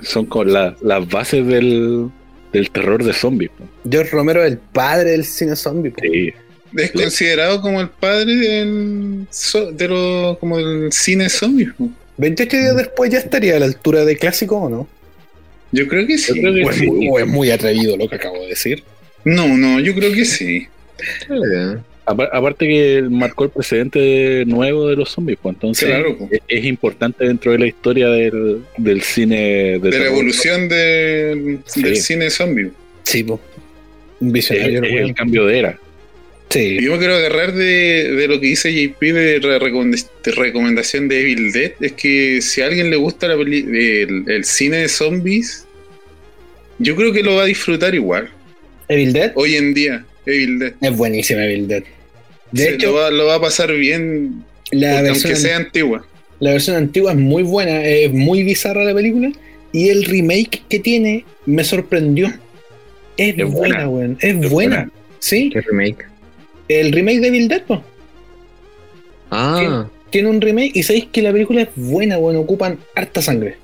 B: son con la- las bases del, del terror de zombies. pues.
C: George Romero, el padre del cine zombie, pues.
B: Sí,
D: Es considerado como el padre del, zo- de lo- como del cine zombie. po.
C: 28 días después ya estaría a la altura de clásico, ¿o no?
D: Yo creo que sí.
B: creo que
C: O es-
B: sí.
C: o es muy atrevido lo que acabo de decir.
D: No, no, yo creo que sí.
A: Eh,
B: Apar- Aparte que él marcó el precedente nuevo de los zombies, pues entonces
D: Claro, pues.
B: es, es importante dentro de la historia del, del cine
D: De la
B: terror.
D: evolución de-
B: Sí.
D: del cine zombie.
C: Sí, po. Eh, Un
B: Es,
C: visionario,
B: es
C: el weón.
B: el cambio de era.
C: Sí.
D: Yo me quiero agarrar de, de lo que dice JP de la recomend- de recomendación de Evil Dead. Es que si a alguien le gusta la peli- el, el cine de zombies, yo creo que lo va a disfrutar igual.
C: Evil Dead
D: Hoy en día, Evil Dead.
C: es buenísima, Evil Dead. De
D: Se-
C: hecho,
D: lo, va, lo va a pasar bien,
C: la
D: porque
C: versión,
D: aunque sea antigua.
C: la versión antigua es muy buena, es muy bizarra la película. Y el remake que tiene me sorprendió.
B: Es
C: Es, buena,
B: buena.
C: weón. Es, buena.
B: buena.
C: Sí,
A: ¿Qué remake?
C: el remake de Evil Dead, po.
A: Ah,
C: tiene un remake y sabéis que la película es buena, bueno, ocupan harta sangre.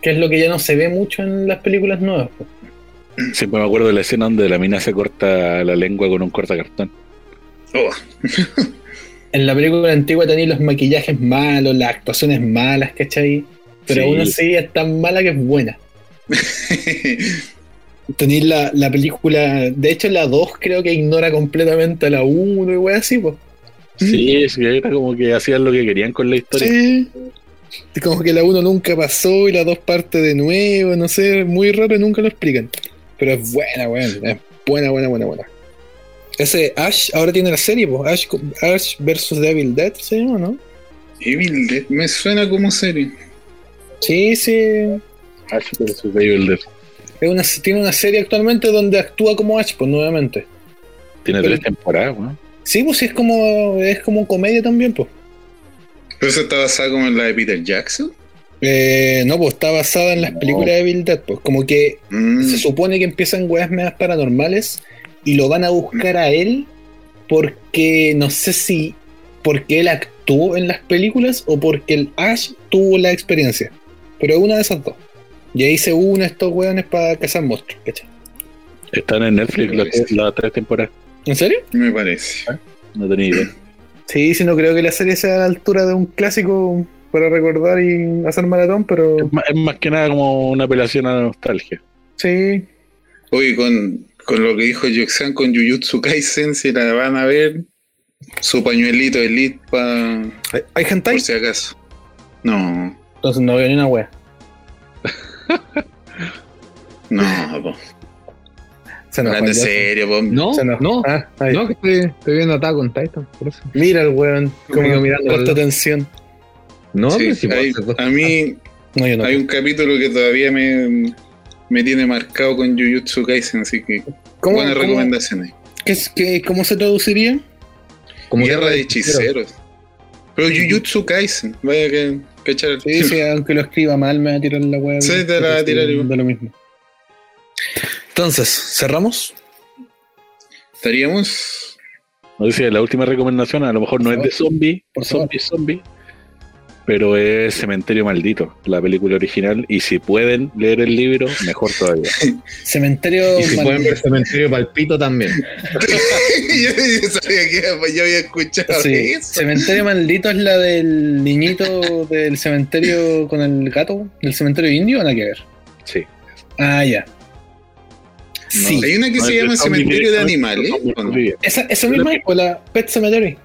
C: Que es lo que ya no se ve mucho en las películas nuevas. po.
B: Siempre me acuerdo de la escena donde la mina se corta la lengua con un cortacartón.
D: Oh,
C: En la película antigua tenéis los maquillajes malos, las actuaciones malas, ¿cachai? Pero
B: Sí.
C: aún así es tan mala que es buena. Tenéis la, la película, de hecho la 2 creo que ignora completamente a la 1 y weá así, pues.
B: Sí, sí, era como que hacían lo que querían con la historia.
C: Sí. Es Como que la 1 nunca pasó y la 2 parte de nuevo, no sé, es muy raro, nunca lo explican. Pero es buena, weón. Es buena, buena, buena, buena. Ese Ash ahora tiene la serie, pues. Ash, co- Ash vs Devil Dead se llama, ¿no?
D: Evil Dead me suena como serie.
C: Sí, sí.
B: Ash versus Evil Dead.
C: Es una, tiene una serie actualmente donde actúa como Ash, pues nuevamente.
B: Tiene
C: Pero-
B: tres temporadas, ¿no?
C: Sí, pues sí, es como, es como comedia también, pues.
D: Pero eso está basado como en la de Peter Jackson.
C: Eh, no, pues está basada en las
B: No.
C: películas de Evil Dead, pues. Como que
D: Mm,
C: Se supone que empiezan weas medias paranormales y lo van a buscar a él porque no sé si porque él actuó en las películas o porque el Ash tuvo la experiencia. Pero es una de esas dos. Y ahí se unen estos weones para cazar monstruos, ¿cachai?
B: Están en Netflix las tres- las tres temporadas.
C: ¿En serio?
D: me parece.
B: No tenía idea.
C: Sí, sí, no creo que la serie sea a la altura de un clásico para recordar y hacer maratón, pero
B: Es más, es más que nada como una apelación a la nostalgia.
C: sí.
D: Oye, con, con lo que dijo Yoxan con Jujutsu Kaisen, si la van a ver, su pañuelito elite pa,
C: ¿Hay hentai?
D: por si acaso. No,
C: Entonces no veo ni una wea.
D: no, po.
C: Se nos
D: hablando en
C: fue el
D: serio, po.
A: no,
C: Se
A: no,
C: nos-
A: no,
C: Ah, ahí.
A: que estoy, estoy viendo Attack on Titan, por eso.
C: Mira el weón, como
A: Amigo,
C: mirando
A: mirando
C: presta
A: el-
C: atención.
A: No,
D: Sí,
A: pero si pues, puedo
D: hay-
A: hacer dos
D: a mí
A: Ah,
C: No, yo no.
D: hay un capítulo que todavía me, me tiene marcado con Jujutsu Kaisen, así que
C: ¿Cómo-
D: buenas
C: cómo-
D: recomendaciones.
C: ¿Qué es- qué- ¿Cómo se traduciría?
A: como
D: Guerra de
A: hechicero.
D: hechiceros. Pero Jujutsu Kaisen, vaya que cachar.
C: Sí, sí, aunque lo escriba mal, me va a tirar la web.
D: Sí, te la va a tirar igual.
C: De lo mismo. Entonces, ¿cerramos?
D: Estaríamos.
B: No sé si es la última recomendación, a lo mejor no es de zombie,
C: Por favor.
B: zombie, zombie, pero es Cementerio Maldito, la película original. Y si pueden leer el libro, mejor todavía.
C: Cementerio.
A: Y si
C: Mal-
A: pueden ver Cementerio Palpito también.
D: yo, yo sabía que era- yo había escuchado
C: Sí,
D: eso.
C: Cementerio maldito es la del niñito del cementerio con el gato, del cementerio indio, o nada que ver.
B: Sí.
C: Ah, ya. Sí.
D: Hay una que
B: No
D: se
B: es
D: llama
B: zombie
D: Cementerio de
B: directamente,
D: Animales.
B: zombie
D: ¿o no?
B: escondido.
C: ¿Esa, esa misma o la Pet Cemetery?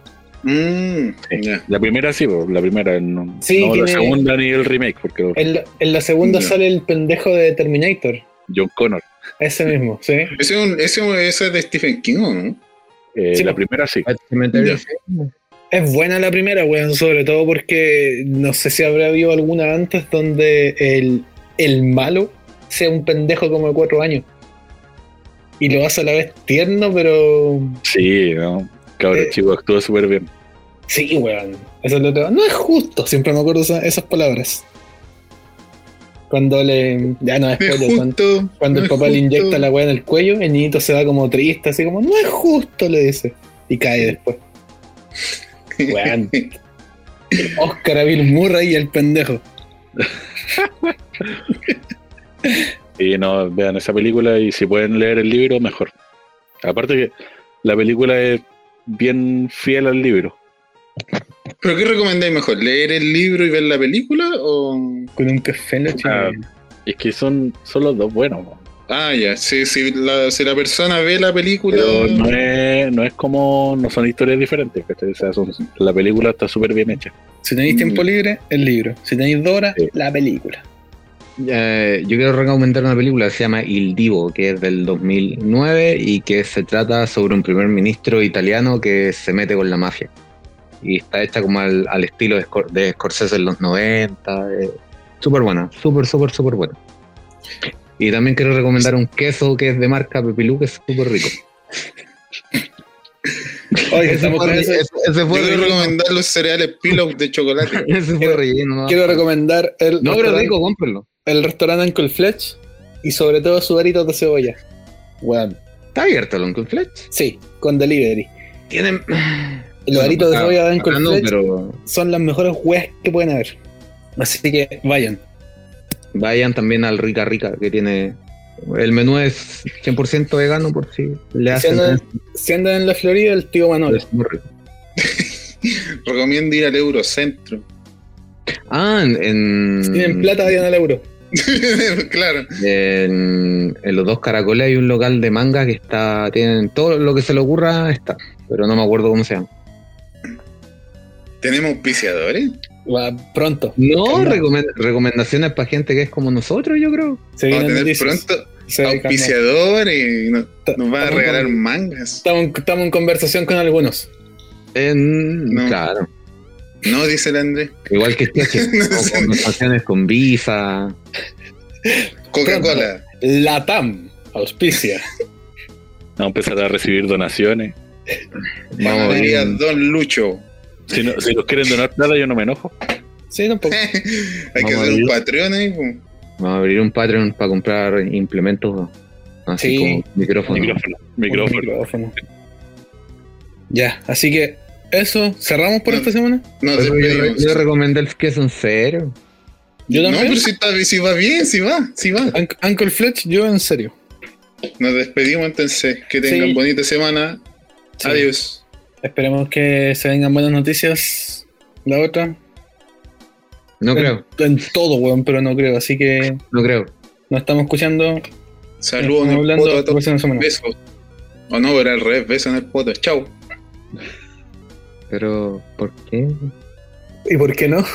D: Mm,
B: Sí.
D: ya.
B: La primera sí, po, la primera, no,
C: Sí,
B: no la
C: tiene-
B: segunda ni el remake, porque
C: En la, en la segunda
D: Ya.
C: sale el pendejo de Terminator.
B: John Connor.
C: Ese mismo, ¿sí?
D: Ese es un- ese es un- esa es de Stephen King, ¿o ¿no?
B: eh,
C: Sí,
B: la
C: po.
B: primera sí.
A: El cementerio.
D: Ya.
C: Es buena la primera, weón, sobre todo porque no sé si habrá habido alguna antes donde el, el malo sea un pendejo como de cuatro años. Y lo hace a la vez tierno, pero...
D: Ah.
B: Sí, no, cabrón
C: Eh.
B: chico, actúa súper bien.
C: Sí, weón. Eso es lo otro. No es justo, siempre me acuerdo esa- esas palabras. Cuando le... Ya no,
D: Es
C: después cuando,
D: justo.
C: cuando el
D: no es
C: papá le
D: justo.
C: inyecta la weá en el cuello, el niñito se va como triste, así como, no es justo, le dice. Y cae después. Weón. Oscar a Bill Murray y el pendejo.
B: Y no, vean esa película y si pueden leer el libro, mejor. Aparte que la película es bien fiel al libro.
D: ¿Pero qué recomendáis mejor? ¿Leer el libro y ver la película? ¿O.?
C: Con un café en la chimenea.
B: Es que son, son los dos buenos. po.
D: Ah, ya, sí, sí, la, si la persona ve la película.
B: Pero no es, no es como. No son historias diferentes. ¿cachai? O sea, son- la película está súper bien hecha.
C: Si tenéis tiempo
D: Mm.
C: libre, el libro. Si tenéis dos horas,
B: Sí.
C: la película.
A: Eh, yo quiero recomendar una película que se llama Il Divo, que es del 2009 y que se trata sobre un primer ministro italiano que se mete con la mafia. Y está hecha como al, al estilo de, Scor- de Scorsese en los 90. eh, súper buena, súper, súper, súper buena. Y también quiero recomendar un queso que es de marca Pepilú, que es súper rico.
C: Oye,
A: Ese
C: estamos
A: fue,
C: con
A: re-
C: eso.
A: ese- ese
D: Yo
A: fue
D: quiero
A: relleno.
D: recomendar los cereales Pillow de chocolate.
A: Ese fue
C: Quiero-
A: relleno, ¿no?
C: Quiero recomendar el,
A: No, pero
C: restaurante,
A: rico, cómprenlo.
C: el restaurante Uncle Fletch y sobre todo su varito de cebolla. Weón.
A: Está abierto el Uncle Fletch.
C: Sí, con delivery.
A: Tienen.
C: Los varitos de cebolla de Uncle
A: Ah, no,
C: Fletch
A: pero
C: son las mejores weas que pueden haber. Así que vayan.
A: vayan también al Rica Rica que tiene el menú es 100% vegano por si le
C: Si
A: hacen
C: andan, si andan en la Florida, el tío Manolo.
A: Es muy rico.
D: Recomiendo ir al Eurocentro.
A: ah en, en-
D: Mm.
C: Si tienen plata, vayan al euro.
D: claro.
A: en- en los dos caracoles hay un local de manga que está tienen todo lo que se le ocurra está pero no me acuerdo cómo se llama
D: ¿Tenemos auspiciadores?
C: Va pronto.
A: no
C: Calma.
A: recome- recomendaciones para gente que es como nosotros yo creo
C: Se
D: Vamos
C: vienen
D: a tener
C: noticias.
D: pronto
C: Se ve calma.
D: auspiciadores. Nos,
C: Ta-
D: nos van a
C: estamos
D: regalar
C: con-
D: mangas.
C: Estamos, en- estamos en conversación con algunos.
A: En-
D: No.
A: claro
D: No, dice el Andrés.
A: igual que este
D: No
A: o
D: sé.
A: conversaciones con visa
D: Coca-Cola.
C: La TAM auspicia.
B: Vamos a empezar a recibir donaciones.
A: vamos a
D: Panadería Don Lucho.
B: Si, no, si nos quieren donar plata, yo no me enojo.
C: Sí, pues, tampoco.
D: Hay que
A: Vamos
D: hacer
A: a
D: un
A: ir.
D: Patreon ahí. po.
A: Vamos a abrir un Patreon para comprar implementos así
C: Sí.
A: como micrófono.
B: Micrófono.
C: Un
B: Micrófono.
C: micrófono. Ya, así que eso, cerramos por
D: No.
C: esta semana.
D: Nos
A: Pero yo,
D: despedimos.
A: yo recomendé el queso en serio.
C: Yo
D: No,
C: también.
D: pero si, está, si va bien, si va, si va.
C: Unc- Uncle Fletch, yo en serio.
D: Nos despedimos entonces. Que tengan
C: Sí.
D: bonita semana.
C: Sí.
D: Adiós.
C: Esperemos que se vengan buenas noticias. La otra.
A: No creo,
C: en, en todo, weón, pero no creo. Así que
A: no creo.
C: nos estamos escuchando.
D: Saludos
C: Estamos
D: en el poto
C: hablando
D: a
C: la
D: todos.
C: próxima semana.
D: Besos. O no, pero al revés. Besos en el poto. Chau.
A: Pero, ¿por qué?
C: ¿Y por qué no?